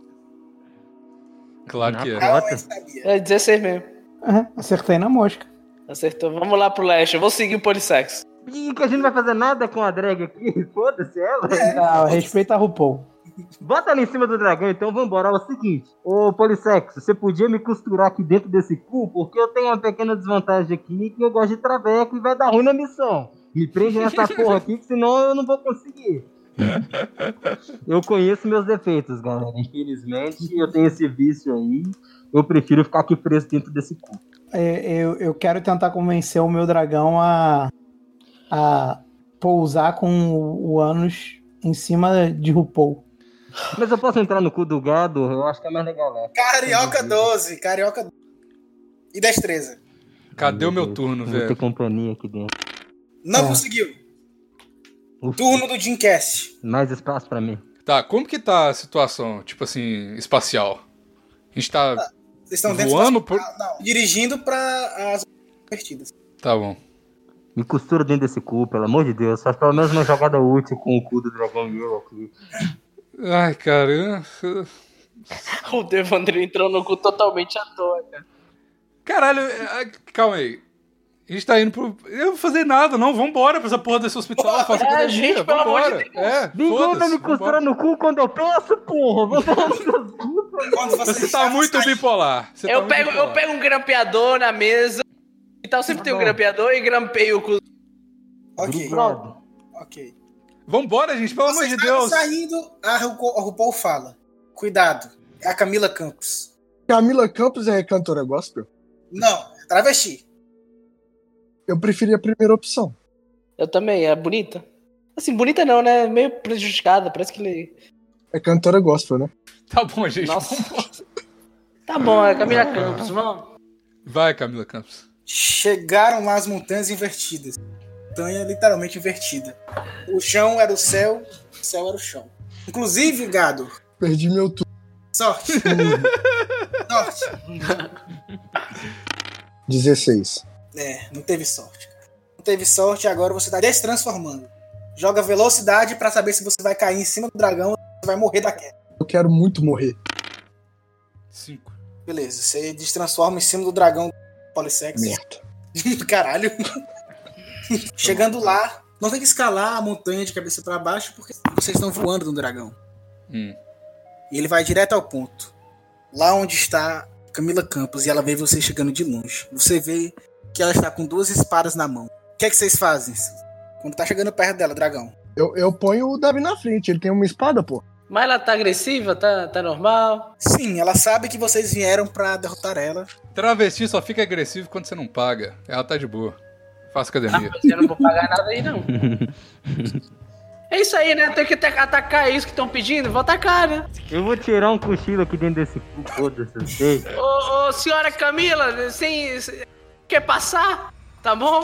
Speaker 1: Claro que é.
Speaker 2: Realmente sabia.
Speaker 6: É 16 mesmo.
Speaker 5: Aham, acertei na mosca.
Speaker 6: Acertou. Vamos lá pro leste. Eu vou seguir o Polissex.
Speaker 8: Ih, que a gente não vai fazer nada com a drag aqui. Foda-se ela.
Speaker 5: Não, respeita a RuPaul.
Speaker 8: Bota ela em cima do dragão, então vambora. É o seguinte, ô Polissex, você podia me costurar aqui dentro desse cu? Porque eu tenho uma pequena desvantagem aqui que eu gosto de traveco e vai dar ruim na missão. Me prende nessa porra aqui, que senão eu não vou conseguir. eu conheço meus defeitos, galera. Infelizmente, eu tenho esse vício aí. Eu prefiro ficar aqui preso dentro desse cu.
Speaker 5: É, Eu, eu quero tentar convencer o meu dragão a, a pousar com o, o Anos em cima de RuPaul.
Speaker 8: Mas eu posso entrar no cu do gado? Eu acho que é mais legal, né?
Speaker 2: Carioca 12, carioca 12. E destreza.
Speaker 1: Cadê o meu turno,
Speaker 8: Eu Vou ter
Speaker 1: velho?
Speaker 8: companhia aqui dentro.
Speaker 2: Não
Speaker 5: Ah.
Speaker 2: conseguiu.
Speaker 8: Ufa,
Speaker 2: Turno do Jimcast.
Speaker 8: Mais espaço pra mim.
Speaker 1: Tá, como que tá a situação, tipo assim, espacial? A gente tá
Speaker 6: Ah,
Speaker 2: Vocês estão dentro
Speaker 1: voando por.
Speaker 2: da... Não, dirigindo pra as divertidas.
Speaker 1: Tá bom.
Speaker 8: Me costura dentro desse cu, pelo amor de Deus. Faz pelo menos uma jogada útil com o cu do dragão e eu aqui.
Speaker 1: Ai, cara. eu-
Speaker 6: O Devandrinho entrou no cu totalmente à toa, cara.
Speaker 1: Caralho, ah, calma aí. A gente tá indo pro. Eu não vou fazer nada, não. Vambora pra essa porra desse hospital. Faça
Speaker 6: É,
Speaker 1: academia,
Speaker 6: gente, pelo amor de
Speaker 1: vambora. É,
Speaker 8: Ninguém vai
Speaker 1: foda-se,
Speaker 8: me
Speaker 1: vambora.
Speaker 8: costurar no cu quando eu peço, porra! Vou dar no seu cu, porra.
Speaker 2: Quando
Speaker 1: Você tá muito bipolar. Você tá
Speaker 6: Eu
Speaker 1: muito
Speaker 6: pego,
Speaker 1: bipolar.
Speaker 6: eu pego um grampeador na mesa. E tal, sempre tem um grampeador e grampeio o cu.
Speaker 2: assim, Ok,
Speaker 8: Brother,
Speaker 2: ok.
Speaker 1: Vambora, gente, pelo amor
Speaker 2: Vocês
Speaker 1: de
Speaker 2: estavam
Speaker 1: Deus.
Speaker 2: saindo, a RuPaul, a RuPaul fala. Cuidado, é a Camila Campos.
Speaker 4: Camila Campos é cantora gospel?
Speaker 2: Não, é travesti.
Speaker 4: Eu preferi a primeira opção.
Speaker 6: Eu também, é bonita. Assim, bonita não, né? Meio prejudicada, parece que ele.
Speaker 4: É cantora gospel, né?
Speaker 1: Tá bom, gente.
Speaker 6: Nossa. Tá bom, é Camila Campos, vamos.
Speaker 1: Vai, Camila Campos.
Speaker 2: Chegaram lá as montanhas invertidas. Montanha literalmente invertida. O chão era o céu, o céu era o chão. Inclusive, gado,
Speaker 4: Perdi meu turno.
Speaker 2: sorte. sorte.
Speaker 4: 16.
Speaker 2: É, não teve sorte. cara. Não teve sorte, agora você tá destransformando. Joga velocidade pra saber se você vai cair em cima do dragão ou se você vai morrer da queda.
Speaker 4: Eu quero muito morrer.
Speaker 1: Cinco.
Speaker 2: Beleza, você destransforma em cima do dragão polissex.
Speaker 4: Merda.
Speaker 2: Caralho. Chegando lá, não tem que escalar a montanha de cabeça pra baixo porque vocês estão voando no dragão.
Speaker 1: Hum.
Speaker 2: E ele vai direto ao ponto. Lá onde está Camila Campos e ela vê você chegando de longe. Você vê que ela está com duas espadas na mão. O que é que vocês fazem? Quando tá chegando perto dela, dragão.
Speaker 4: Eu, eu ponho o Davi na frente, ele tem uma espada, pô.
Speaker 6: Mas ela tá agressiva, tá, tá normal.
Speaker 2: Sim, ela sabe que vocês vieram pra derrotar ela.
Speaker 1: Travesti só fica agressivo quando você não paga. Ela tá de boa. Faça academia.
Speaker 2: Ah.
Speaker 6: Assim, Eu não vou pagar nada aí, não. É isso aí, né? Tem que te- atacar isso que estão pedindo. Vou atacar, né?
Speaker 8: eu vou tirar um cochilo aqui dentro desse cu, foda-se. eu sei.
Speaker 6: Ô, ô senhora Camila, sem. sem- Quer passar? Tá bom?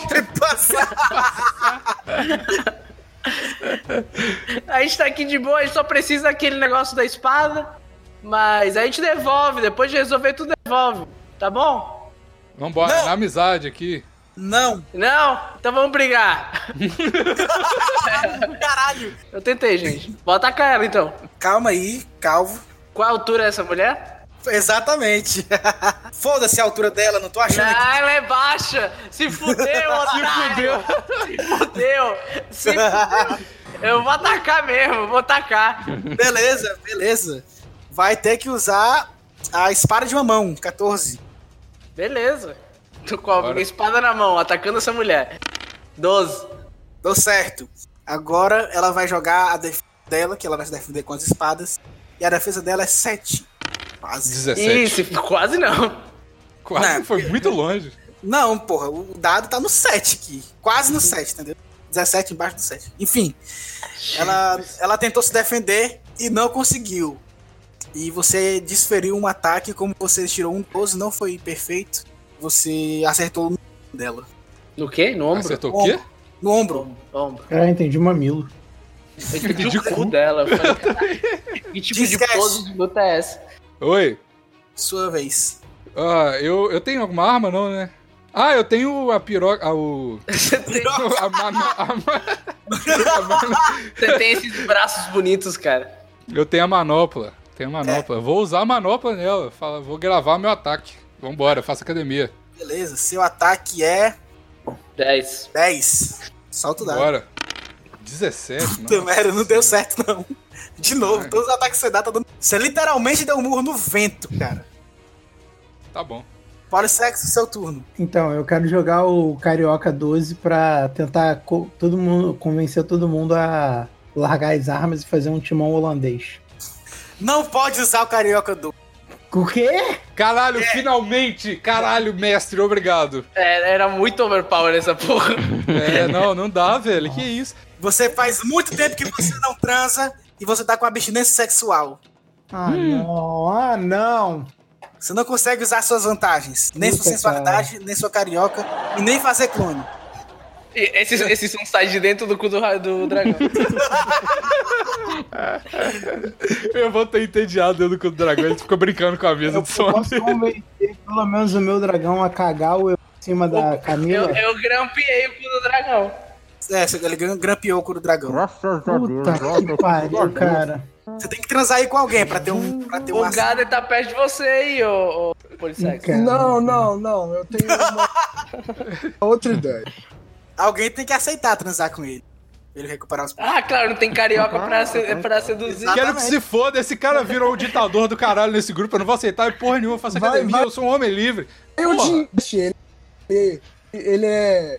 Speaker 6: A gente tá aqui de boa, a gente só precisa daquele negócio da espada. Mas a gente devolve, depois de resolver tudo, devolve. Tá bom?
Speaker 1: Vambora,
Speaker 2: Não.
Speaker 1: na amizade aqui.
Speaker 2: Não!
Speaker 6: Não? Então vamos brigar.
Speaker 2: Caralho!
Speaker 6: Eu tentei, gente. Vou atacar ela então.
Speaker 2: Calma aí, calvo.
Speaker 6: Qual a altura é essa mulher?
Speaker 2: Exatamente. Foda-se a altura dela, não tô achando aqui.
Speaker 6: Ah, ela é baixa! Se fudeu, otário! Se fudeu! Se fudeu! Eu vou atacar mesmo, vou atacar.
Speaker 2: Beleza, beleza. Vai ter que usar a espada de uma mão, 14.
Speaker 6: Beleza. Tô com a
Speaker 1: Bora.
Speaker 6: espada na mão, atacando essa mulher. 12.
Speaker 2: Deu certo. Agora ela vai jogar a defesa dela, que ela vai se defender com as espadas. E a defesa dela é 7. Quase.
Speaker 1: 17.
Speaker 6: Isso, quase não.
Speaker 1: Quase
Speaker 2: Não.
Speaker 1: foi muito longe.
Speaker 2: Não, porra, o dado tá no 7 aqui. Quase no 7, entendeu? 17 embaixo do 7. Enfim, ela, ela tentou se defender e não conseguiu. E você desferiu um ataque, como você tirou um 12, não foi perfeito. Você acertou no dela.
Speaker 6: No quê? No ombro?
Speaker 1: Acertou o quê?
Speaker 2: No ombro.
Speaker 6: Ombro.
Speaker 5: Cara, entendi mamilo.
Speaker 6: Eu entendi o cu dela. Eu falei, "Caralho, que tipo de
Speaker 2: Desgaste.
Speaker 6: pose de luta é essa?
Speaker 1: Oi.
Speaker 2: Sua vez.
Speaker 1: Ah, eu, eu tenho alguma arma, não, né? Ah, eu tenho a piroca. Ah, o.
Speaker 6: Você tem,
Speaker 1: A mano, a ma-
Speaker 6: você tem esses braços bonitos, cara.
Speaker 1: Eu tenho a manopla. Tenho a manopla.
Speaker 2: É.
Speaker 1: Vou usar a manopla nela. Fala, vou gravar meu ataque. Vambora, faça academia.
Speaker 2: Beleza, seu ataque é
Speaker 6: 10.
Speaker 2: 10. Solta o dado.
Speaker 1: Bora. 17,
Speaker 2: Puta
Speaker 1: não.
Speaker 2: merda, não deu certo, não. De novo, todos os ataques que você dá, tá dando. Você literalmente deu um murro no vento, cara.
Speaker 1: Tá bom.
Speaker 2: Polissexo, seu turno.
Speaker 5: Então, eu quero jogar o Carioca 12 pra tentar co- todo mundo, convencer todo mundo a largar as armas e fazer um timão holandês.
Speaker 2: Não pode usar o Carioca do.
Speaker 5: O quê?
Speaker 1: Caralho, finalmente! Caralho, mestre, obrigado.
Speaker 6: É, era muito overpower essa porra.
Speaker 1: É, não, não dá, velho. Que isso?
Speaker 2: Você faz muito tempo que você não transa e você tá com abstinência sexual.
Speaker 5: Ah,
Speaker 6: Hum.
Speaker 5: não, ah, não.
Speaker 2: Você não consegue usar suas vantagens. Nem sua
Speaker 5: Puta,
Speaker 2: sensualidade, nem sua carioca e nem fazer clone.
Speaker 6: E esses, esses são sai de dentro do cu do, ra- do dragão.
Speaker 1: Eu vou ter entediado dentro do dragão. Ele ficou brincando com a mesa
Speaker 5: Eu
Speaker 1: do som
Speaker 5: posso convencer pelo menos o meu dragão a cagar o eu em cima da
Speaker 6: Eu,
Speaker 5: Camila?
Speaker 6: eu grampeei o cu do dragão.
Speaker 2: É, você- ele gran- grampeou o couro do dragão.
Speaker 8: Graças a Deus,
Speaker 5: Puta
Speaker 8: graças
Speaker 5: que pariu, cara.
Speaker 2: Você tem que transar aí com alguém pra ter um. Pra ter um
Speaker 6: O
Speaker 2: ac-
Speaker 6: Gader tá perto de você aí, ô, ô Polissex.
Speaker 5: Cara.
Speaker 4: Não, não, não. Eu tenho uma outra ideia.
Speaker 2: Alguém tem que aceitar transar com ele. Pra Ele recuperar os.
Speaker 6: Ah, claro, não tem carioca
Speaker 5: Ah,
Speaker 6: pra, se- pra seduzir.
Speaker 1: Quero que se foda, esse cara virou um ditador do caralho nesse grupo, eu não vou aceitar e porra nenhuma, eu faço
Speaker 4: Vai,
Speaker 1: academia,
Speaker 4: vai.
Speaker 1: eu sou um homem livre.
Speaker 4: Eu
Speaker 1: Porra.
Speaker 4: disse, ele, ele, ele é.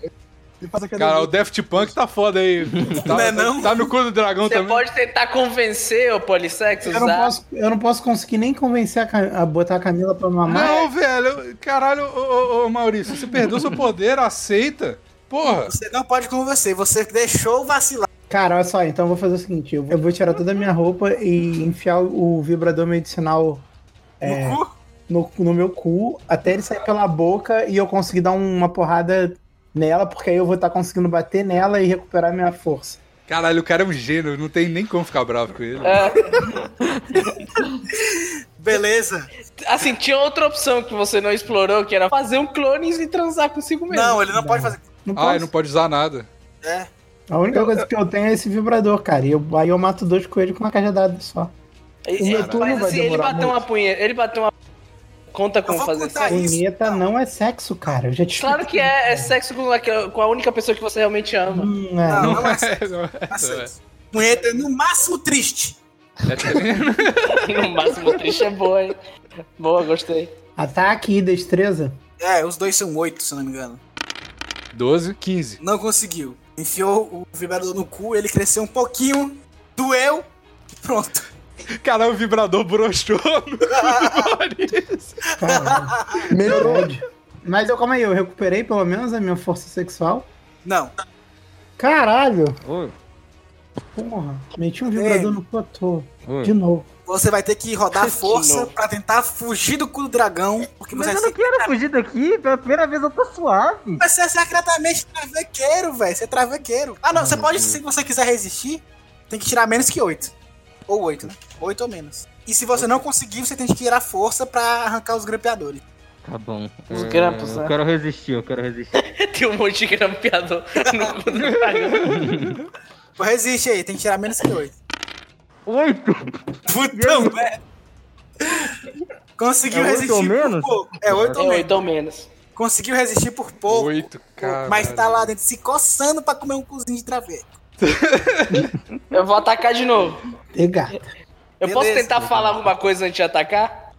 Speaker 4: Ele faz academia.
Speaker 5: né?
Speaker 1: Cara, o Daft Punk tá foda aí. Tá,
Speaker 2: Não é não?
Speaker 1: tá no cu do dragão
Speaker 6: Você
Speaker 1: também.
Speaker 6: pode tentar convencer o Polissex a
Speaker 5: Eu não,
Speaker 6: usar.
Speaker 5: posso, eu não posso conseguir nem convencer a, Ca- a botar a Camila pra mamar.
Speaker 1: Não, velho, caralho, ô, ô, ô, Maurício, você perdeu seu poder, aceita. Porra,
Speaker 2: Você não pode com você. Você deixou vacilar.
Speaker 5: Cara, olha só, então eu vou fazer o seguinte: eu eu vou tirar toda a minha roupa e enfiar o vibrador medicinal é,
Speaker 2: No cu?
Speaker 5: no, no meu cu até ele sair pela boca e eu conseguir dar um, uma porrada nela, porque aí eu vou estar conseguindo bater nela e recuperar minha força.
Speaker 1: caralho, o cara é um gênio, não tem nem como ficar bravo com ele.
Speaker 6: É,
Speaker 2: Beleza.
Speaker 6: Assim, tinha outra opção que você não explorou, que era fazer um clone e transar consigo mesmo.
Speaker 2: Não, ele não pode fazer.
Speaker 5: Não posso.
Speaker 1: Ah, ele não pode usar nada.
Speaker 2: É.
Speaker 5: A única coisa que eu tenho é esse vibrador, cara. E eu, aí eu mato dois coelhos com uma cajadada só.
Speaker 6: Ele-
Speaker 5: o meu
Speaker 6: ele-
Speaker 5: turno
Speaker 6: mas
Speaker 5: vai
Speaker 6: assim, ele
Speaker 5: demorar
Speaker 6: bateu
Speaker 5: muito.
Speaker 6: uma punheta, ele bateu uma... Conta
Speaker 2: Eu
Speaker 6: como
Speaker 2: vou
Speaker 6: fazer
Speaker 2: contar
Speaker 6: sexo.
Speaker 2: Ah, isso.
Speaker 5: Punheta não é sexo, cara. Eu já te
Speaker 6: Claro que é, é sexo com, aquela- com a única pessoa que você realmente ama.
Speaker 5: Hum, é.
Speaker 2: Não, não é
Speaker 1: É, não é.
Speaker 2: aceito. Punheta é no máximo triste.
Speaker 6: No máximo, triste é boa, hein? Boa, gostei.
Speaker 5: Ataque e destreza.
Speaker 2: É, os dois são oito, se eu não me engano.
Speaker 1: 12, 15.
Speaker 2: Não conseguiu. Enfiou o vibrador no cu, ele cresceu um pouquinho, doeu, pronto.
Speaker 1: Caralho, o vibrador broxou.
Speaker 5: Cara,
Speaker 4: Melhorou.
Speaker 5: mas eu, calma aí, eu recuperei pelo menos a minha força sexual.
Speaker 2: Não,
Speaker 5: Caralho!
Speaker 8: Oi.
Speaker 5: Porra, meti um vibrador no cu à toa.
Speaker 8: Oi.
Speaker 5: De novo.
Speaker 2: você vai ter que rodar força
Speaker 6: novo.
Speaker 2: pra tentar fugir do cu do dragão, porque
Speaker 3: Mas
Speaker 2: você
Speaker 3: eu não
Speaker 2: é,
Speaker 3: quero fugir daqui, pela primeira vez eu tô suave.
Speaker 2: você é secretamente travequeiro, velho. Você é travequeiro. Ah, não, você
Speaker 8: Uhum.
Speaker 2: pode, se você quiser resistir, tem que tirar menos que oito. Ou oito, né? Oito ou menos. E se você não conseguir, você tem que tirar força pra arrancar os grampeadores.
Speaker 8: Tá bom.
Speaker 6: Os
Speaker 8: É,
Speaker 6: grampos,
Speaker 8: eu
Speaker 6: né?
Speaker 8: quero resistir, eu quero resistir.
Speaker 6: Tem um monte de grampeador no cu do dragão.
Speaker 2: Pô, resiste aí, tem que tirar menos que oito.
Speaker 8: Oito!
Speaker 2: Putão, velho. Conseguiu
Speaker 8: É oito
Speaker 2: resistir
Speaker 8: ou
Speaker 2: por
Speaker 8: menos?
Speaker 2: pouco. É oito
Speaker 6: É
Speaker 2: ou menos.
Speaker 6: oito ou menos.
Speaker 2: Conseguiu resistir por pouco.
Speaker 1: 8, cara.
Speaker 2: Mas tá lá dentro se coçando pra comer um cozinho de traveco.
Speaker 6: Eu vou atacar de novo.
Speaker 5: E gata.
Speaker 6: Eu posso
Speaker 2: Beleza.
Speaker 6: tentar falar alguma coisa antes de atacar?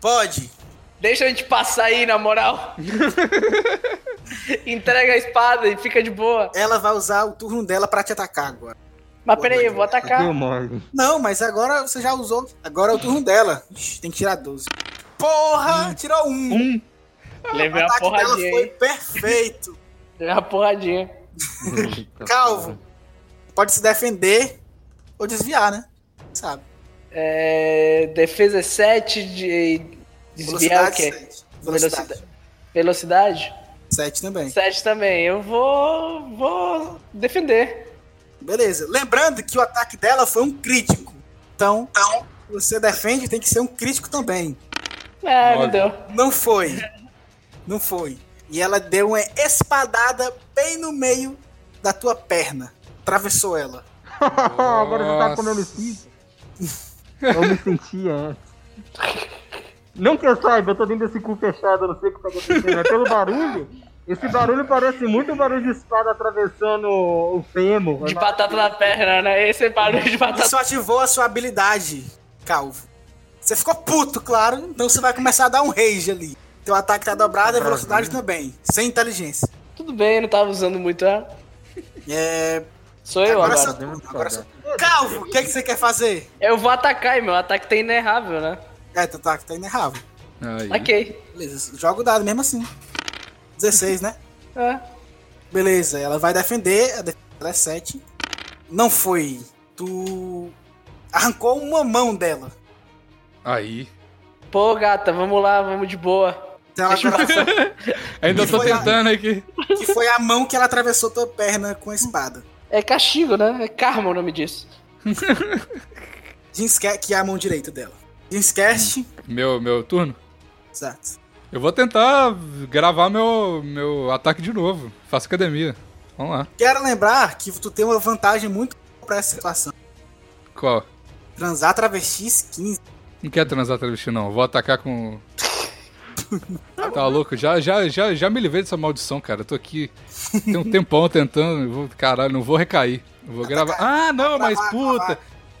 Speaker 2: Pode.
Speaker 6: Deixa a gente passar aí, na moral. Entrega a espada e fica de boa.
Speaker 2: Ela vai usar o turno dela pra te atacar agora.
Speaker 6: Mas peraí, eu vou atacar.
Speaker 3: Eu morro.
Speaker 2: Não, mas agora você já usou. Agora é o turno dela. Ixi, tem que tirar 12. Porra, tirou um.
Speaker 1: Um.
Speaker 6: Levei
Speaker 2: o
Speaker 6: uma
Speaker 2: ataque dela
Speaker 6: porradinha,
Speaker 2: foi
Speaker 6: hein?
Speaker 2: perfeito.
Speaker 6: Levei uma porradinha. Tá
Speaker 2: Calvo. Pode se defender ou desviar, né? Sabe?
Speaker 6: É, defesa é 7 de. Desviar o quê?
Speaker 2: 7. Velocidade.
Speaker 6: Velocidade?
Speaker 2: 7 também.
Speaker 6: 7 também. Eu vou. vou defender.
Speaker 2: Beleza. Lembrando que o ataque dela foi um crítico. Então, você defende, tem que ser um crítico também.
Speaker 6: É,
Speaker 1: Óbvio.
Speaker 6: não deu.
Speaker 2: Não foi. Não foi. E ela deu uma espadada bem no meio da tua perna. Atravessou ela.
Speaker 8: Agora você tá comendo
Speaker 1: Nossa.
Speaker 8: Eu me sentia antes. Não que eu saiba, eu tô dentro desse cu fechado, eu não sei o que tá acontecendo. É pelo barulho. Esse barulho parece muito um barulho de espada atravessando o fêmur.
Speaker 6: De batata na perna, né? Esse barulho de batata.
Speaker 2: Isso ativou a sua habilidade, Calvo. Você ficou puto, claro. Então você vai começar a dar um rage ali. Teu ataque tá dobrado, a velocidade também. Sem inteligência.
Speaker 6: Tudo bem, eu não tava usando muito, né?
Speaker 2: É.
Speaker 6: Sou eu
Speaker 2: agora é
Speaker 6: agora.
Speaker 2: só tu, agora é só tu. Calvo, o que, é que você quer fazer?
Speaker 6: Eu vou atacar e meu ataque tá inerrável, né?
Speaker 2: É, teu ataque tá inerrável.
Speaker 1: Aí.
Speaker 6: Ok.
Speaker 2: Beleza, joga o dado mesmo assim. 16, né?
Speaker 6: É.
Speaker 2: Beleza, ela vai defender, a defesa dela é 7. Não foi. Tu arrancou uma mão dela.
Speaker 1: Aí.
Speaker 6: Pô, gata, vamos lá, vamos de boa.
Speaker 2: Então ela atravessou-
Speaker 1: Ainda tô
Speaker 2: Foi a-
Speaker 1: tentando aqui.
Speaker 2: que foi a mão que ela atravessou tua perna com a espada.
Speaker 6: É castigo, né? É karma o nome disso.
Speaker 2: Jeans Ca- que é a mão direita dela. Jeans Cast,
Speaker 1: Meu, meu turno.
Speaker 2: exato.
Speaker 1: Eu vou tentar gravar meu, meu ataque de novo. Faço academia. Vamos lá.
Speaker 2: Quero lembrar que tu tem uma vantagem muito pra essa situação.
Speaker 1: Qual?
Speaker 2: Transar travestis 15.
Speaker 1: Não quer transar travesti, não. Vou atacar com. tá louco? Já, já, já, já me livrei dessa maldição, cara. Eu tô aqui tem um tempão tentando. eu vou- Caralho, não vou recair. Eu vou gravar. Ah, não, mas
Speaker 2: Gravar,
Speaker 1: puta.
Speaker 2: gravar.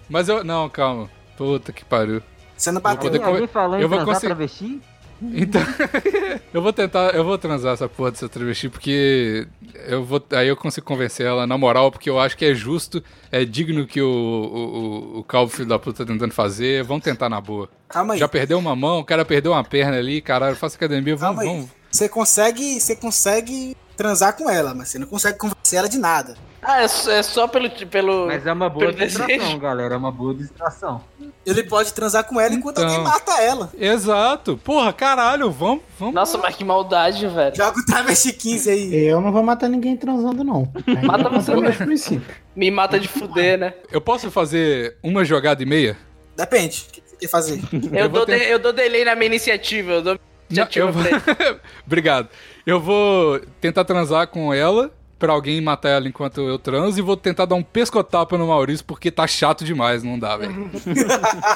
Speaker 1: Mas eu. Não, calma. Puta que pariu.
Speaker 2: Você não
Speaker 1: Vou
Speaker 2: bateu.
Speaker 1: poder
Speaker 8: Tem alguém
Speaker 1: comer.
Speaker 8: falando
Speaker 1: Eu vou
Speaker 8: em transar
Speaker 1: conseguir-
Speaker 8: travesti?
Speaker 1: Então, eu vou tentar, eu vou transar essa porra dessa travesti, porque eu vou, aí eu consigo convencer ela, na moral, porque eu acho que é justo, é digno que o, o, o- o calvo filho da puta tá tentando fazer, vamos tentar na boa.
Speaker 2: Calma aí.
Speaker 1: Já perdeu uma mão, o cara perdeu uma perna ali, caralho, faça academia, vamos,
Speaker 2: Calma aí.
Speaker 1: vamos.
Speaker 2: Você consegue, você consegue transar com ela, mas você não consegue convencer ela de nada.
Speaker 6: Ah, é, só- é só pelo. pelo...
Speaker 8: Mas é uma boa
Speaker 6: Pelo desejo.
Speaker 8: distração, galera. É uma boa distração.
Speaker 2: Ele pode transar com ela enquanto
Speaker 1: Então.
Speaker 2: alguém mata ela.
Speaker 1: Exato, porra, caralho, vamos, vamos.
Speaker 6: Nossa, mas que maldade, velho.
Speaker 2: Joga o travesti 15 aí.
Speaker 5: Eu não vou matar ninguém transando, não. Ainda
Speaker 6: Mata
Speaker 5: não
Speaker 6: você
Speaker 5: tô nos
Speaker 6: mesmo.
Speaker 5: princípios.
Speaker 6: Me mata de fuder, né?
Speaker 1: Eu posso fazer uma jogada e meia?
Speaker 2: Depende. O que você quer fazer?
Speaker 6: Eu,
Speaker 1: vou
Speaker 6: dou, de- eu dou delay na minha iniciativa. Eu dou
Speaker 1: Não,
Speaker 6: iniciativa
Speaker 1: eu vou-
Speaker 6: pra ele.
Speaker 1: Obrigado. Eu vou tentar transar com ela pra alguém matar ela enquanto eu transo e vou tentar dar um pescotapa no Maurício porque tá chato demais, não dá, velho.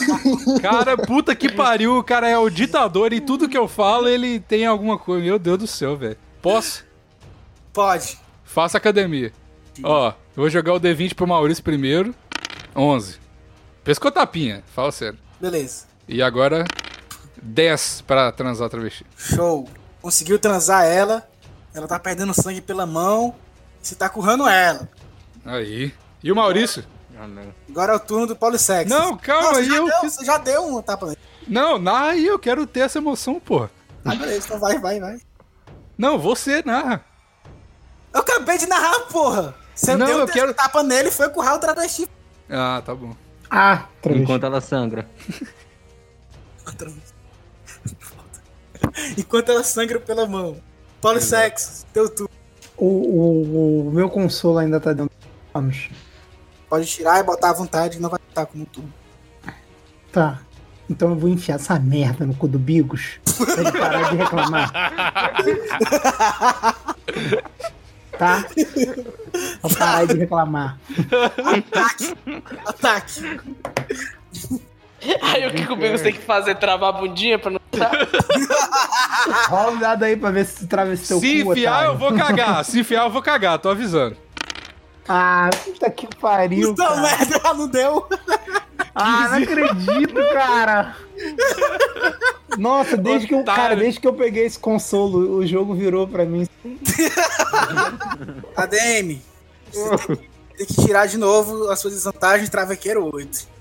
Speaker 1: cara, puta que pariu, o cara é o ditador e tudo que eu falo ele tem alguma coisa. Meu Deus do céu, velho. Posso?
Speaker 2: Pode.
Speaker 1: Faça academia. Ó, eu vou jogar o D20 pro Maurício primeiro. 11. Pescotapinha, fala sério.
Speaker 2: Beleza.
Speaker 1: E agora 10 pra transar travesti.
Speaker 2: Show. Conseguiu transar ela. Ela tá perdendo sangue pela mão. Você tá currando ela.
Speaker 1: Aí. E o Maurício?
Speaker 8: Ah,
Speaker 2: Agora é o turno do polissex.
Speaker 1: Não, calma
Speaker 2: você
Speaker 1: aí,
Speaker 2: já
Speaker 1: eu
Speaker 2: deu,
Speaker 1: fiz-
Speaker 2: Você já deu um tapa nele.
Speaker 1: Não, narra aí, eu quero ter essa emoção, pô.
Speaker 2: Ah, beleza. Então vai, vai, vai.
Speaker 1: Não, você narra.
Speaker 2: Eu acabei de narrar, porra. Você
Speaker 1: Não,
Speaker 2: deu
Speaker 1: eu
Speaker 2: um
Speaker 1: quero-
Speaker 2: tapa nele e foi currar o travesti.
Speaker 1: Ah, tá bom.
Speaker 5: Ah, travesti.
Speaker 3: Enquanto ela sangra.
Speaker 2: Enquanto ela sangra pela mão. Polissex. Teu turno.
Speaker 5: O, o, o meu consolo ainda tá dando anos.
Speaker 2: Pode tirar e botar à vontade. Não vai estar como um turno.
Speaker 5: Tá. Então eu vou enfiar essa merda no cu do Bigos pra ele parar de reclamar. tá? Pra parar de reclamar.
Speaker 2: Ataque.
Speaker 6: Aí o que comigo tem que fazer? Travar a bundinha pra não.
Speaker 5: Rola um dado aí pra ver se tu trava esse teu
Speaker 1: Se
Speaker 5: cu,
Speaker 1: enfiar,
Speaker 5: otário.
Speaker 1: eu vou cagar. Se enfiar, eu vou cagar, tô avisando.
Speaker 5: Ah, puta que pariu,
Speaker 1: é
Speaker 2: Então,
Speaker 5: cara.
Speaker 2: merda, ela não deu.
Speaker 5: Ah, não acredito, cara. Nossa, desde que, eu, cara,
Speaker 1: Otário.
Speaker 5: desde que eu peguei esse consolo, o jogo virou pra mim.
Speaker 2: ADM, você tem que tirar de novo as suas desvantagens Travequeiro 8.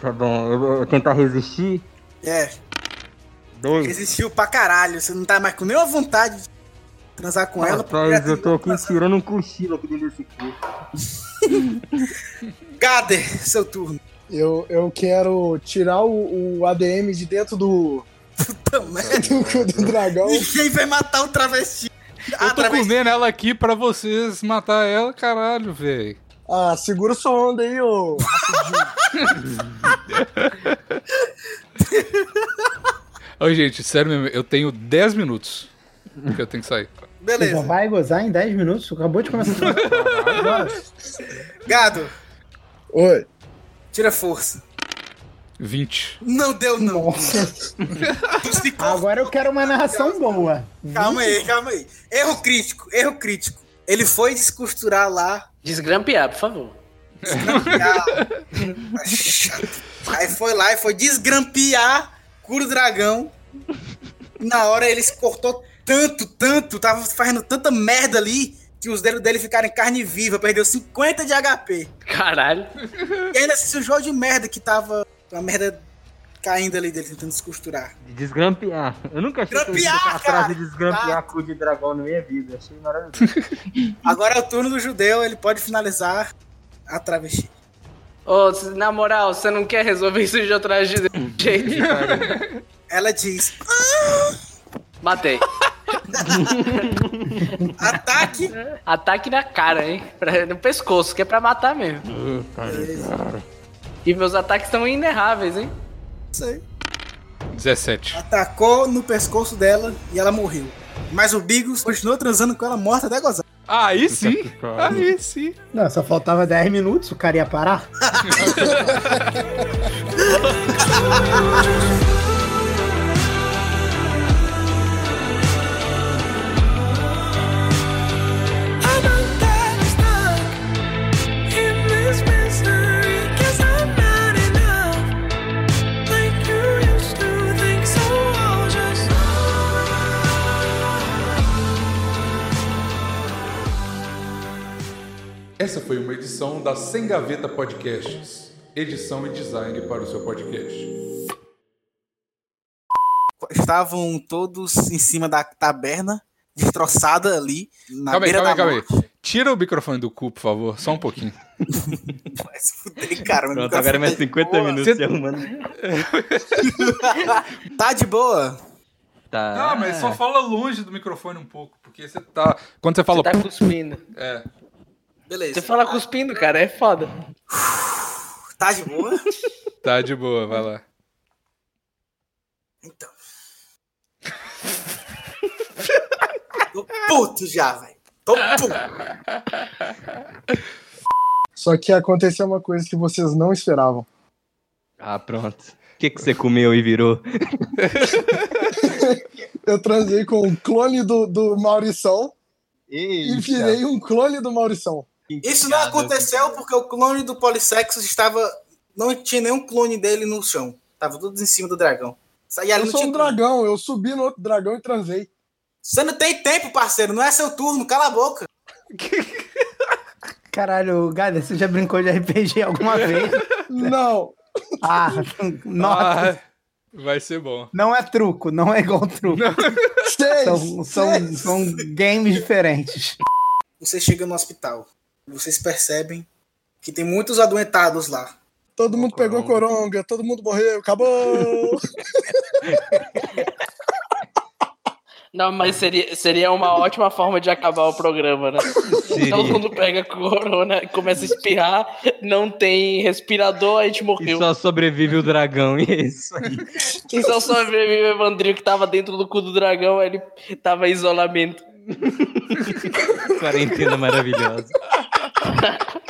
Speaker 8: Tá bom, eu vou tentar resistir.
Speaker 2: É,
Speaker 8: Dois.
Speaker 2: resistiu pra caralho. Você não tá mais com nenhuma vontade de transar
Speaker 1: Ah, é
Speaker 2: com
Speaker 1: tá,
Speaker 2: ela.
Speaker 8: Rapaz, eu
Speaker 1: né?
Speaker 8: tô aqui
Speaker 2: porque-
Speaker 8: tirando um cochilo aqui dentro desse cu.
Speaker 2: Gader, seu turno.
Speaker 4: Eu, eu quero tirar o, o ADM de dentro do,
Speaker 2: Puta merda.
Speaker 4: do, cu do dragão.
Speaker 2: Ninguém vai matar o travesti.
Speaker 1: Eu tô comendo ela aqui pra vocês matar ela, caralho, velho.
Speaker 4: Ah, segura sua onda aí, ô.
Speaker 1: Ô, gente, sério mesmo, eu tenho 10 minutos que eu tenho que sair.
Speaker 5: Você já
Speaker 2: Beleza.
Speaker 5: vai gozar em 10 minutos? Tu Acabou de começar.
Speaker 2: Gado,
Speaker 4: Oi.
Speaker 2: tira força.
Speaker 1: 20.
Speaker 2: Não deu, não.
Speaker 5: Nossa.
Speaker 2: Tu se co-
Speaker 5: Agora eu quero uma narração boa.
Speaker 2: Calma aí, calma aí. Erro crítico, erro crítico. Ele foi descosturar lá.
Speaker 6: Desgrampear, por favor.
Speaker 2: desgrampear. Tá chato. aí foi lá e foi desgrampear Curo Dragão. Na hora ele se cortou tanto, tanto, tava fazendo tanta merda ali que os dedos dele ficaram em carne viva, perdeu 50 de HP.
Speaker 6: Caralho.
Speaker 2: E ainda se sujou de merda que tava. Uma merda caindo ali dele, tentando descosturar.
Speaker 8: Desgrampear. Eu nunca achei que eu ia
Speaker 2: Grampear,
Speaker 8: ficar atrás
Speaker 2: cara!
Speaker 8: de
Speaker 1: Tá.
Speaker 8: desgrampear cu de dragão na minha vida. Achei maravilhoso.
Speaker 2: Agora é o turno do judeu, ele pode finalizar a travesti.
Speaker 6: Ô, c- na moral, você não quer resolver isso de outra je- jeito?
Speaker 2: Ela diz:
Speaker 6: Matei.
Speaker 2: ataque
Speaker 6: Ataque na cara, hein? Pra- no pescoço, que é pra matar mesmo. E meus ataques estão inerráveis, hein?
Speaker 2: Isso aí.
Speaker 1: 17.
Speaker 2: Atacou no pescoço dela e ela morreu. Mas o Bigos continuou transando com ela morta até gozar.
Speaker 1: Aí sim! Aí sim!
Speaker 5: Não, só faltava 10 minutos, o cara ia parar.
Speaker 7: I'm not that stuck in this mystery. Guess I'm not enough. Like you used to think, so I'll just
Speaker 1: Essa foi uma edição da Sem Gaveta Podcasts. Edição e design para o seu podcast.
Speaker 2: Estavam todos em cima da taberna, destroçada ali, na
Speaker 1: Calma aí,
Speaker 2: beira
Speaker 1: calma aí,
Speaker 2: da
Speaker 1: calma aí.
Speaker 2: morte.
Speaker 1: Tira o microfone do cu, por favor, só um pouquinho.
Speaker 2: Vai se fuder, cara. meu
Speaker 3: Pronto,
Speaker 2: microfone
Speaker 1: é
Speaker 3: agora é mais
Speaker 2: tá de
Speaker 3: 50
Speaker 2: boa.
Speaker 3: minutos
Speaker 1: Você-
Speaker 3: se arrumando.
Speaker 2: Tá de boa?
Speaker 3: Tá.
Speaker 1: Ah, mas só fala longe do microfone um pouco, porque você tá. Quando você fala.
Speaker 6: Tá cuspindo.
Speaker 1: É.
Speaker 6: Você
Speaker 2: Beleza.
Speaker 6: fala cuspindo, cara, é foda.
Speaker 2: Tá de boa?
Speaker 1: Tá de boa, vai lá.
Speaker 2: Então. Tô puto já, velho. Tô puto.
Speaker 4: Só que aconteceu uma coisa que vocês não esperavam.
Speaker 3: Ah, pronto. O que, que você comeu e virou?
Speaker 4: Eu transei com um clone do, do Maurição e
Speaker 3: Eita,
Speaker 4: virei um clone do Maurição.
Speaker 3: que
Speaker 2: Isso não
Speaker 3: piada.
Speaker 2: aconteceu porque o clone do Polissexus estava. Não tinha nenhum clone dele no chão. Tava tudo em cima do dragão. E ali não
Speaker 4: Eu sou
Speaker 2: tinha
Speaker 4: um
Speaker 2: clone.
Speaker 4: dragão, eu subi no outro dragão e transei.
Speaker 2: Você não tem tempo, parceiro. Não é seu turno. Cala a boca.
Speaker 5: Caralho, Gader, você já brincou de RPG alguma vez?
Speaker 4: Não,
Speaker 5: Ah, nossa.
Speaker 1: Ah, vai ser bom.
Speaker 5: Não é truco, não é igual truco.
Speaker 4: seis,
Speaker 5: São, são,
Speaker 4: seis.
Speaker 5: são games diferentes.
Speaker 2: Você chega no hospital. Vocês percebem que tem muitos adoentados lá.
Speaker 4: Todo mundo pegou coronga, todo mundo morreu, acabou.
Speaker 6: Não, mas seria, seria uma ótima forma de acabar o programa, né? Todo
Speaker 3: Seria.
Speaker 6: mundo pega corona e começa a espirrar, não tem respirador, a gente
Speaker 3: E
Speaker 6: morreu.
Speaker 3: só sobrevive o dragão, e é isso aí.
Speaker 6: Quem só sobreviveu é o Evandrinho, que tava dentro do cu do dragão, aí ele tava em isolamento.
Speaker 3: Quarentena maravilhosa.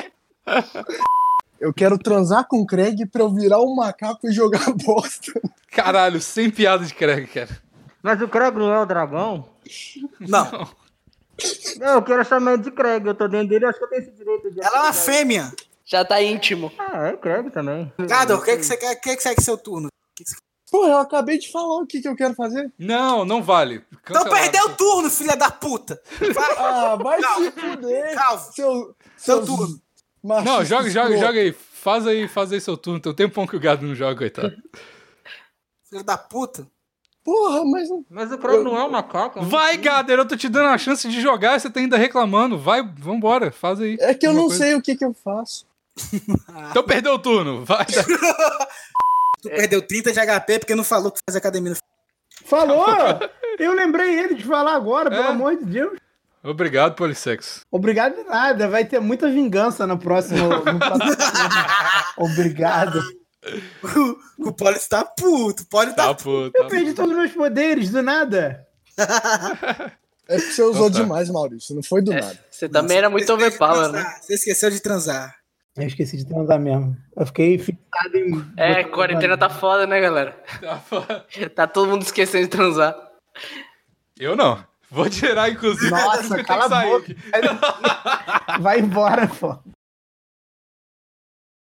Speaker 4: Eu quero transar com o Craig pra eu virar um macaco e jogar bosta.
Speaker 1: Caralho, sem piada de crack, cara.
Speaker 8: Mas o Craig não é o dragão?
Speaker 2: Não.
Speaker 8: Não, eu quero chamar ele de Craig. Eu tô dentro dele, acho que eu tenho esse direito de.
Speaker 2: Ela é uma fêmea.
Speaker 6: Já tá íntimo.
Speaker 8: Ah, é o Craig também.
Speaker 2: é Gador, o que, que você quer? O que, que você quer que é seu turno?
Speaker 4: Pô, eu acabei de falar o que, que eu quero fazer.
Speaker 1: Não, não vale.
Speaker 2: Então
Speaker 1: Cancelado.
Speaker 2: perdeu o turno, filha da puta. Vai,
Speaker 4: Ah, vai
Speaker 2: Calma.
Speaker 4: se fuder.
Speaker 2: Calvo.
Speaker 4: Seu,
Speaker 2: Seu
Speaker 4: seus
Speaker 2: turno.
Speaker 4: machistas
Speaker 1: Não, joga, joga,
Speaker 4: escroto.
Speaker 1: joga aí. Faz aí, faz aí seu turno. Tem um tempão que o gado não joga, coitado.
Speaker 2: Filha da puta.
Speaker 4: Porra, mas não.
Speaker 8: Mas o cara não é um macaco. é um
Speaker 1: Vai,
Speaker 8: bichinho.
Speaker 1: Gader, eu tô te dando a chance de jogar e você tá ainda reclamando. Vai, vambora, faz aí.
Speaker 4: É que eu
Speaker 1: Alguma
Speaker 4: não
Speaker 1: coisa.
Speaker 4: sei o que, que eu faço.
Speaker 2: Ah.
Speaker 1: Então perdeu o turno, vai.
Speaker 2: Tu perdeu 30 de HP porque não falou que faz academia no
Speaker 5: Falou! Eu lembrei ele de falar agora, pelo
Speaker 1: É.
Speaker 5: amor de Deus.
Speaker 1: Obrigado, Polissex.
Speaker 5: Obrigado de nada. Vai ter muita vingança no próximo. no próximo filme. Obrigado.
Speaker 2: O, o Poli tá puto. O Poli tá.
Speaker 1: Tá, pô, tá.
Speaker 5: Eu perdi todos os meus poderes, do nada.
Speaker 4: É que você usou
Speaker 1: Então tá.
Speaker 4: demais, Maurício. Não foi do
Speaker 6: É,
Speaker 4: nada.
Speaker 6: Você também era muito overpower, né?
Speaker 2: né? Você esqueceu de transar.
Speaker 5: Eu esqueci de transar mesmo. Eu fiquei fixado em.
Speaker 6: É, quarentena tá foda, né, galera?
Speaker 1: Tá, pô.
Speaker 6: Tá todo mundo esquecendo de transar.
Speaker 1: Eu não. Vou tirar, inclusive.
Speaker 5: Nossa,
Speaker 1: porque tem que
Speaker 5: cala a
Speaker 1: sair
Speaker 5: boca.
Speaker 1: aqui.
Speaker 5: Vai embora, pô.